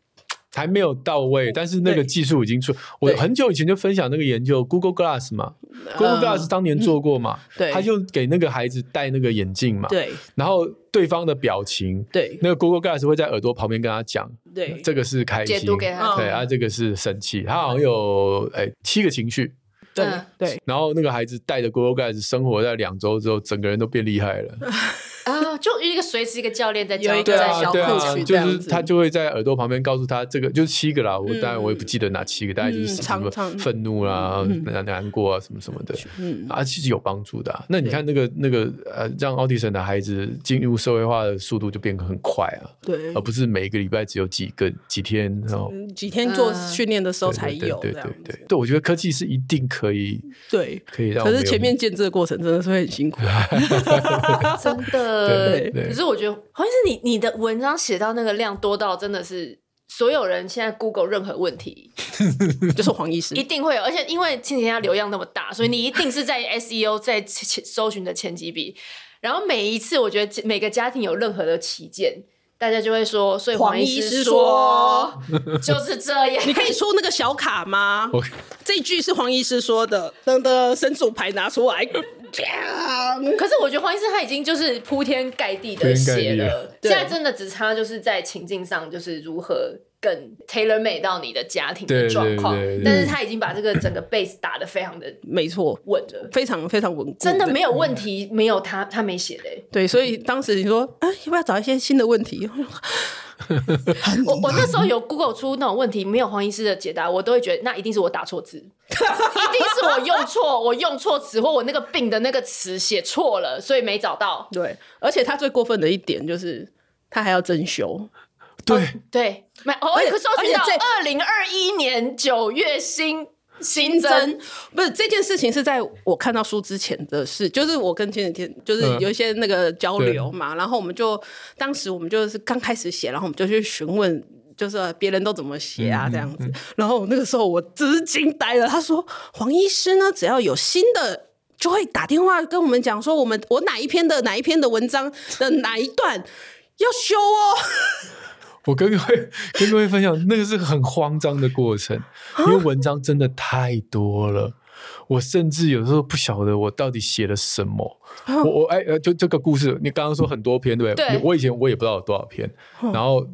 还没有到位，但是那个
嗯对
技术已经出。我很久以前就分享那个研究，Google Glass 嘛，Google Glass 当年做过嘛，
嗯对
他就给那个孩子戴那个眼镜嘛，
对
然后对方的表情，
对
那个 Google Glass 会在耳朵旁边跟他讲，
对
这个是开心，
解读给他
嗯
对，啊，这个是生气，他好像有哎七个情绪。
对
嗯
对，
然后那个孩子带着 Google Glass 生活在两周之后，整个人都变厉害了。
啊，就一个随时一个教练在教
有一个
对
在
在
啊，
小
小
对
口
啊，
区
就
这样
是
子
他就会在耳朵旁边告诉他，这个就是七个啦。我
嗯
当然我也不记得哪七个，大概就是
嗯
什
常
么
常
愤怒啦、
嗯
难难过啊什么什么的
嗯
啊，其实有帮助的啊。那你看那个那个呃，让奥迪神的孩子进入社会化的速度就变得很快啊，
对
而。不是每一个礼拜只有几个几天，然后
嗯几天做
嗯
训练的时候才有
对
这
对
样
对
子，
对对，对我觉得科技是一定可以
对。
可以让我
可
们有，
是前面建制的过程真的是会很
*laughs*
辛苦， *laughs*
*laughs* 真的
对对对
可是我觉得黄医师，你你的文章写到那个量多到真的是。所有人现在 Google 任何问题
就是黄医师
一定会有，而且因为亲子天下流量那么大，所以你一定是在 *laughs* SEO 在前搜寻的前几笔。然后每一次，我觉得每个家庭有任何的旗舰，大家就会说，所以
黄
黄医
医师
师说就是这样。
你可以出那个小卡吗
我？ *laughs*
这一句是黄医师说的，噔噔，神主牌拿出
*laughs*
来，锵
可是我觉得黄医师他已经就是铺天盖地的
铺
写
天盖地
了
了，
现
对
在真的只差就是在情境上，就是如何更 tailor made 到你的家庭的
对
状况
对对。对
但是他已经把这个整个 base 打得非常的
没错，
稳了，
非常非常稳固，
真的没有问题，没有他他没写的 *laughs* 欸。
对，所以当时你说啊，要不要找一些新的问题？ *laughs*
我我那时候有 Google 出那种问题，没有黄医师的解答，我都会觉得那一定是我打错 *laughs* 字，一定是我用错，我用错词或我那个病的那个词写错了，所以没找到。
对，而且他最过分的一点就是他还要增修，
对
对，没哦，
而且
可搜
而
寻
且
到
这
二零二一年九月新新增，
不是这件事情是在我看到书之前的事，就是我跟前几天就是
嗯
有一些那个交流嘛，然后我们就当时我们就是刚开始写，然后我们就去询问。就是别人都怎么写
嗯
啊这样子。然后那个时候我只是惊呆了，他说黄医师呢，只要有新的。就会打电话跟我们讲说，我们我哪一篇的哪一篇的文章的哪一段要修哦，
我跟各位跟各位分享，那个是很慌张的过程，
啊
因为文章真的太多了。我甚至有时候不晓得我到底写了什么。我我哎呃，就这个故事，你刚刚说很多篇对不对？
啊嗯对
我以前我也不知道有多少篇，然后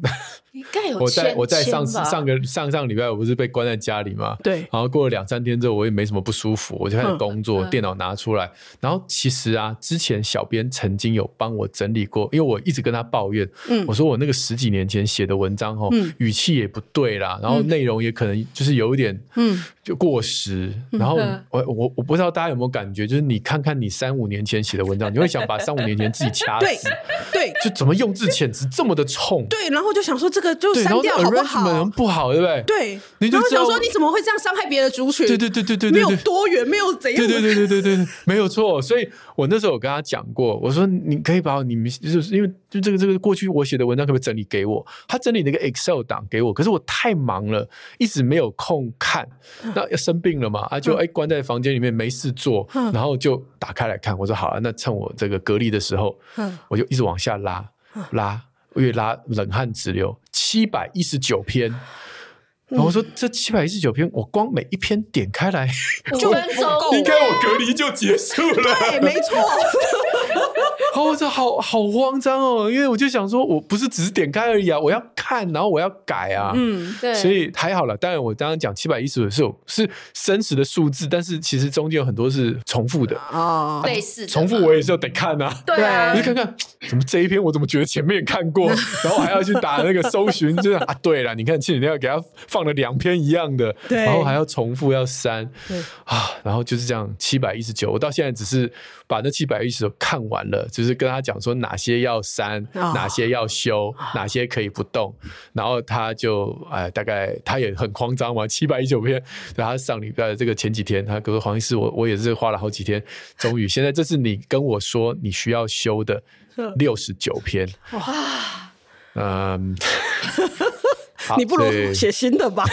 应该有
我在
千
我在上
千吧
上个上上礼拜我不是被关在家里嘛，
对
然后过了两三天之后，我也没什么不舒服，我就开始
嗯
工作，电脑拿出来。然后其实啊，之前小编曾经有帮我整理过，因为我一直跟他抱怨，
嗯
我说我那个十几年前写的文章哦，
嗯
语气也不对啦，然后内容也可能就是有一点
嗯
就过时。然后
嗯
我我我不知道大家有没有感觉，就是你看看你三五年前写的文章，你会想把三五年前自己掐
对
死，
*laughs* 对
就怎么用字遣词这么的冲。
对，然后就想说这个就
对，然
删
后
掉好不
arrangement
好
很？不好，对不对？
对，
你就
然后
知道
想说你怎么会这样伤害别的族群？
对对对对对
没
对
有
对。
多元，没有怎样
对
的，
对对对对对，对没有错。所以我那时候有跟他讲过，我说你可以把你们就是因为就这个这个过去我写的文章，可不可以整理给我？他整理那个 Excel 档给我，可是我太忙了，一直没有空看。那生病了嘛，啊就哎关在房间里面没事做，然后就打开来看。我说好了，那趁我这个隔离的时候，
*laughs* 嗯
我就一直往下拉拉，越拉冷汗直流，七百一十九篇。然后我说这七百一十九篇，我光每一篇点开来，
五分钟
够哦
应该我隔离就结束了。
对，哎
*laughs*
没错，
然后我就好好慌张哦，因为我就想说，我不是只是点开而已啊，我要看，然后我要改啊。
嗯，
对，
所以还好了，当然我刚刚讲七百一十是有是真实的数字，但是其实中间有很多是重复的，
哦，
类似的
重复
嘛
我也是要得看啊。
对啊
我就，看看，怎么这一篇我怎么觉得前面也看
嗯
过，然后还要去打那个搜寻，就是啊，对了，你看庆饮料给他放了两篇一样的，
对
然后还要重复要删
对，
啊，然后就是这样七百一十九，我到现在只是把那七百一十九看完了，就是跟他讲说哪些要删，
哦
哪些要修，哪些可以不动，然后他就哎，大概他也很慌张嘛，七百一九篇，对他上礼拜的这个前几天，他跟我说黄医师，我我也是花了好几天，终于现在这是你跟我说你需要
*laughs*
修的六十九篇，哇，
*laughs*
嗯，好
你不如 *laughs*
所以
写新的
*laughs*
吧。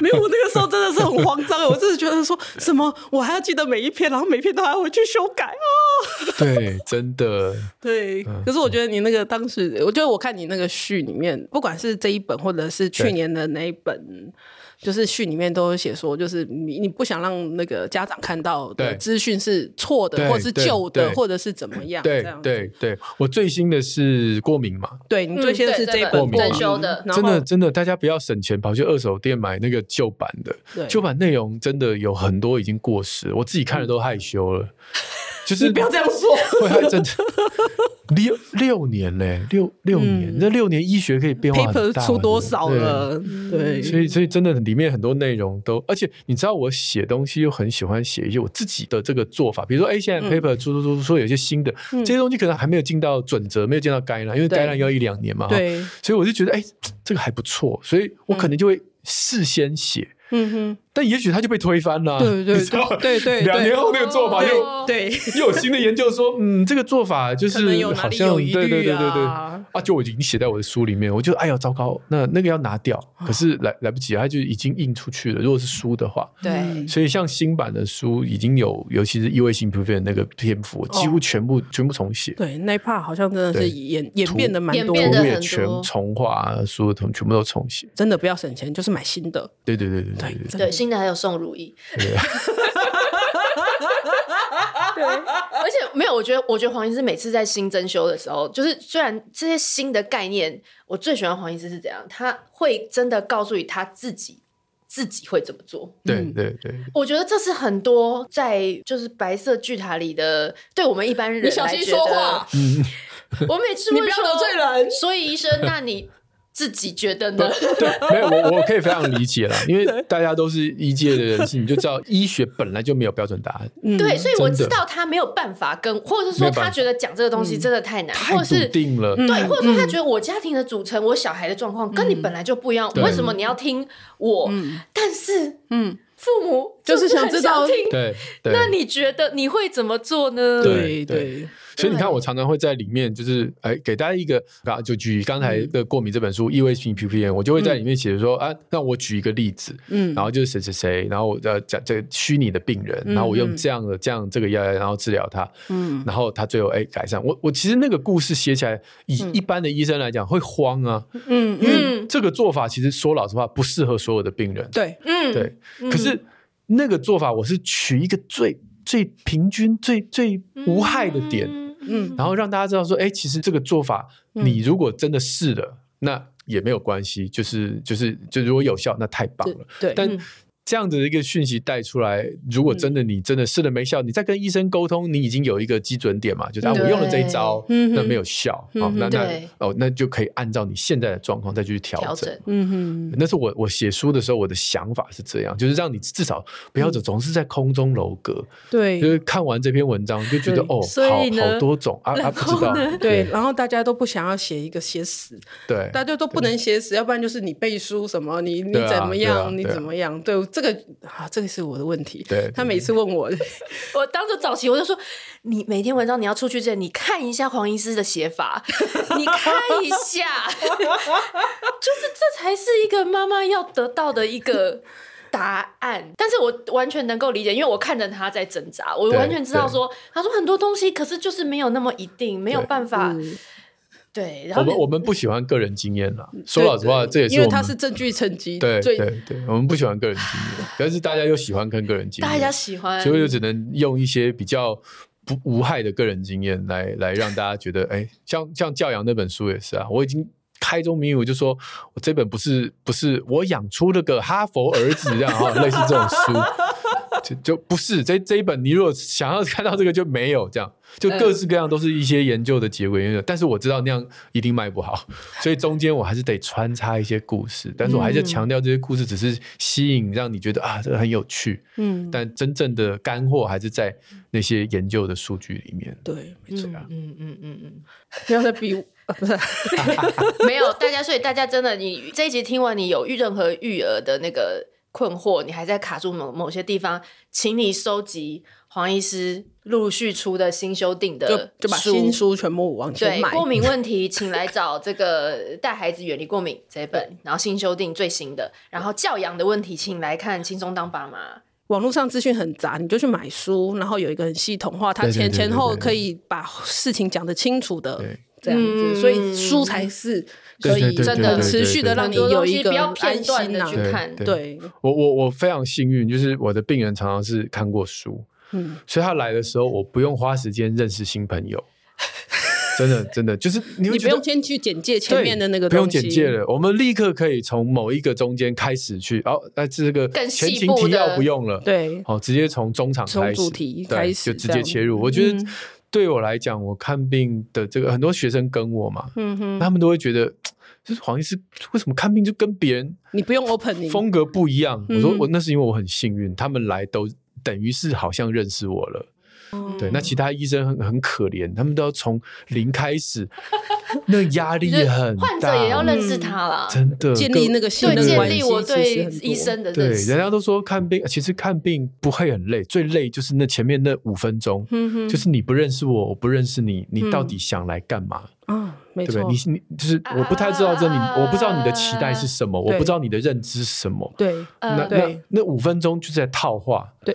没有，我那个时候真的是很慌张，我真的觉得说什么，我还要记得每一篇，然后每一篇都还要回去修改啊。
对，真的，
对，
嗯
可是我觉得你那个当时，呃我觉得我看你那个序里面，不管是这一本或者是去
对
年的那一本，就是序里面都有写说，就是你你不想让那个家长看到的
对
资讯是错的，
对
或者是旧的，
对
或者是怎么样，
对
这样子
对对，我最新的是过敏嘛，
对，你最先的是这一
嗯对
本
过敏
过
嘛
敏
整修的
然后
真的真的，大家不要省钱跑去二手店买那个旧版
对嗯
的，旧版内容真的有很多已经过时，我自己看了都害羞
*laughs*
了，就是
你不要这样说。
*laughs* 会害真的六六年嘞，六六年，那六年医学可以变化
嗯
很
paper
大
出多少？了？对，
对所以，所以真的里面很多内容都，而且你知道我写东西又很喜欢写一些我自己的这个做法，比如说，哎，
嗯
现在 paper 出出出出出有一些新的，这些东西可能还没有进到准则，没有进到概览，因为
对
概览要一两年嘛，哈
对，
所以我就觉得，哎，这个还不错，所以我可能就会事先写，
嗯
但也许它就被推翻了，
哼，对对
*laughs* 你知道吗
对对对，
*laughs* 两年后那个做法又
哦
对，对
又有新的研究说，嗯，这个做法就
可能
是
有哪
好
里
像
有疑
对
虑
对对对对
啊
啊，就我已经写在我的书里面，我就哎呀糟糕，那那个要拿掉，
啊
可是来来不及，它就已经印出去了。如果是书的话，
对，
所以像新版的书已经有，尤其是异位性皮肤炎那个篇
哦
幅，我几乎全部、全部重写，
对，那一 part 好像真的是
对
演演
图
变的蛮
演
多
变
我
得
的，
也
很
全
多
重画，啊书全全部都重写。
真的不要省钱，就是买新的。
对对对对对对
真的
对，新的还有宋如意。 *laughs*
对，
而且没有，我觉得，我觉得黄医师每次在新增修的时候，就是虽然这些新的概念，我最喜欢黄医师是怎样，他会真的告诉你他自己自己会怎么做。
嗯
对对对， *laughs*
我觉得这是很多在就是白色巨塔里的，对我们一般人
你小
来
心
觉
说
得
话。
*laughs* 我每次
你
问
不要
说
得罪人
所以医生，那你自己觉得呢？
对，没有我我可以非常理解啦，因为大家都是医界的人士，你就知
*laughs*
道医学本来就没有标准答案，
嗯
对，所以我
嗯真的
知道他没有办法跟，或者是
没
说
有
他
办法
觉得讲这个东
嗯
西真的太难，
太
或者是
笃定了。
对，或者说他觉得我家庭的组成、我小孩的状况
嗯
跟你本来就不一样，
对
为什么你要听我？但是
嗯，
父母
就是
是
想
很
知道
听，
对对，
那你觉得你会怎么做呢？
对
对
对，
所以你看，我常常会在里面，就是哎，给大家一个啊，就举刚才
嗯
的《过敏》这本书，异位性皮肤炎，我就会在里面写说、啊，那我举一个例子，
嗯
然后就是谁谁谁，然后我呃讲这个虚拟的病人，
嗯
然后我用
嗯
这样的这样这个药，然后治疗他，
嗯，
然后他最后哎改善。我我其实那个故事写起来，以一般的医生来讲会慌啊，
嗯
因
嗯，
为这个做法其实说老实话不适合所有的病人。
对，
嗯，
对，可是那个做法我是取一个最最平均、最最无害的点，
嗯
然后让大家知道说，哎，其实这个做法，你如果真的试了，那也没有关系，就是就是就如果有效，那太棒了。
对，
但这样子的一个讯息带出来，如果真的你真的试了没效，你再跟医生沟通，你已经有一个基准点嘛，就是啊，
对
我用了这一招，
嗯哼
那没有效，
嗯
好，
哼
那那
对
哦，那就可以按照你现在的状况再去调
调
整
整。，
嗯哼，
那是我我写书的时候，我的想法是这样，就是让你至少不要总总是在空中楼阁，
嗯对
就是看完这篇文章就觉得
对
哦，
所以呢
好好多种啊啊，不知道，
对，然后大家都不想要写一个写死，
对
大家都不能写死，要不然就是你背书什么，你你
对啊
怎么样，
对啊
你
对啊
怎么样？对，这个啊，这个是我的问题。
对对
他每次问我， *laughs*
我当初早期我就说，你每天文章你要出去之前，你看一下黄医师的写法，你看一下， *laughs* 就是这才是一个妈妈要得到的一个答案。但是我完全能够理解，因为我看着他在挣扎，我
对
完全知道说，他说很多东西，可是就是没有那么一定，没有
对嗯
办法。
嗯
对，然后
我们
你
我们不喜欢个人经验啦，说老实话，
嗯对
这也是
因为
我
他
们
是证据趁机，
对
最
对对，我们不喜欢个人经验，但是大家又喜欢看个人经验，
大家喜欢，
嗯所以就只能用一些比较不无害的个人经验来来让大家觉得， *laughs* 哎，像像教养那本书也是啊，我已经开宗明义我就说我这本不是不是我养出了个哈佛儿子这样 *laughs* 哈，类似这种书。就就不是这这一本，你如果想要看到这个就没有这样，就各式各样都是一些研究的结果，因为但是我知道那样一定卖不好，所以中间我还是得穿插一些故事，但是我还是强调这些故事只是吸引让你觉得啊这个很有趣，
嗯
但真正的干货还是在那些研究的数据里面。
对，没错，
嗯嗯嗯嗯，
不要再逼我， *laughs* 啊不是， *laughs*
没有大家，所以大家真的，你这一集听完，你有遇任何育儿的那个困惑，你还在卡住某某些地方，请你收集黄医师陆续出的新修订
就
的
就把新书全部往前
对
买。
过敏问题，请来找这个《带孩子远离过敏》这一本，然后新修订最新的，然后教养的问题，请来看《轻松当爸妈》。
网络上资讯很杂，你就去买书，然后有一个很系统化，它
对对
前
对
前
对
后
对
可以把事情讲得清楚的
对，
这样
嗯
子，所以书才是可以
对对对
真
对
的
对
持续的
对
让
很
你
多
有
东
一
西
个
不要
安
片段
心
的
呐
去
对
看，
对，
我我我非常幸运，就是我的病人常常是看过书，
嗯
所以他来的时候我不用花时间认识新朋友， *laughs* 真的真的就是你
你
会
不
觉得
用先去简介前面的那个
对不用
东西
简介了，我们立刻可以从某一个中间开始去哦，那这个
更
前
细
情
部
提
的
要不用了，
对，
哦，直接从中场
从
开始，
主题
对
开始
就直
这
接
样
切入。我觉得
嗯
对我来讲，我看病的这个很多学生跟我嘛，
嗯哼，
他们都会觉得，就是黄医师为什么看病就跟别人
你不用 opening，
风格不一样？我说
嗯
我那是因为我很幸运，他们来都等于是好像认识我了。
哦
对，那其他医生很很可怜，他们都要从零
*laughs*
开始，那压力
就是
也很大，
患者也要认识他啦，
真的
建立
各
那个信
对，
任
建
嗯关
立
系
我
其
对
实很多
医生的
对，
认识
人。家都说看病，其实看病不会很累，最累就是那前面那五分钟，
嗯
嗯
就是你不认识我，我不认识你，你到底想来干嘛？
啊，没
对不对？
错
你，你就是我不太知道这里，
啊
我不知道你的期待是什么，我
对
不知道你的认知是什么。
对
呃
那那
对
那五分钟就是在套话，
*laughs*
对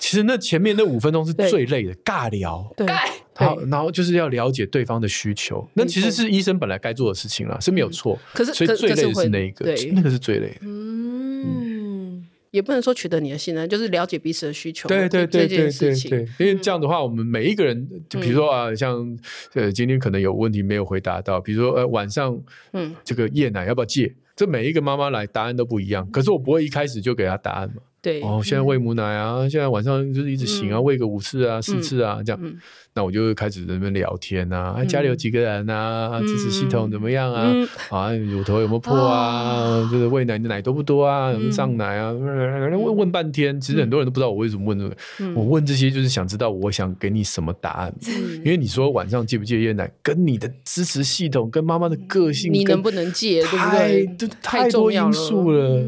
其实那前面那五分钟是
对
最累的尬聊。
对，
盖
然后，然后就是要了解对方的需求，那其实是医生本来该做的事情啦，是没有错。
可是
所以
可
最
可是
累的
会
是那一个
对，
那个是最累的。
嗯，
也不能说取得你的信任，就是了解彼此的需求，
对对对
这
对
件事
对
情
对，因为这样的话，我们每一个人，就比如说啊，像呃，今天可能有问题没有回答到，比如说呃，晚上
嗯
这个夜奶要不要戒？这每一个妈妈来答案都不一样，可是我不会一开始就给她答案嘛。
嗯对，嗯
哦，现在喂母奶啊，现在晚上就是一直醒啊，喂个五次啊、四次啊这样，
嗯
那我就会开始在那边聊天啊，哎，家里有几个人啊，支持系统怎么样啊？
嗯哦
啊，乳头有没有破啊？就是喂奶的奶多不多啊？有没有
嗯
胀奶啊？问问半天，其实很多人都不知道我为什么问这个。
嗯
我问这些就是想知道我想给你什么答案，因为你说晚上戒不戒夜奶，跟你的支持系统、跟妈妈的个性，
你
跟
能不能戒，对不
太
对？
这
太
太多
重要嗯
因素了。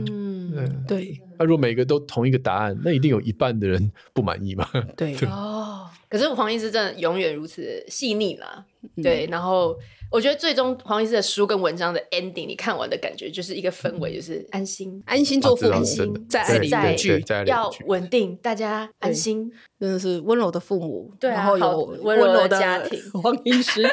嗯
对
那如果每个都同一个答案，那一定有一半的人不满意嘛？
对，
哦，可是黄医师真的永远如此细腻啦，
嗯
对。然后我觉得最终黄医师的书跟文章的 ending，你看完的感觉就是一个氛围，就是安心，
嗯安心做父
啊
母
知道是真的，
在爱
对
里
在
面
对对
聚，
在爱里面
要
聚
稳定，大家安心。
真的是温柔的父母，
对啊
然
好
后有
温柔的
的
家庭
*laughs* 黄医师，这样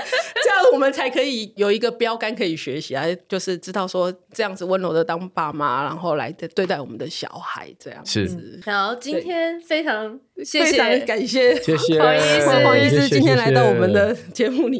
我们才可以有一个标杆可以学习啊，就是知道说这样子温柔的当爸妈，然后来对待我们的小孩，这样
是
子。
然后今天非常谢
非常
谢
感谢
谢谢
黄医师
黄医
谢
师
谢
今天来到我们的节目里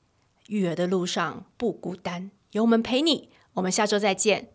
育儿的路上不孤单，有我们陪你。我们下周再见，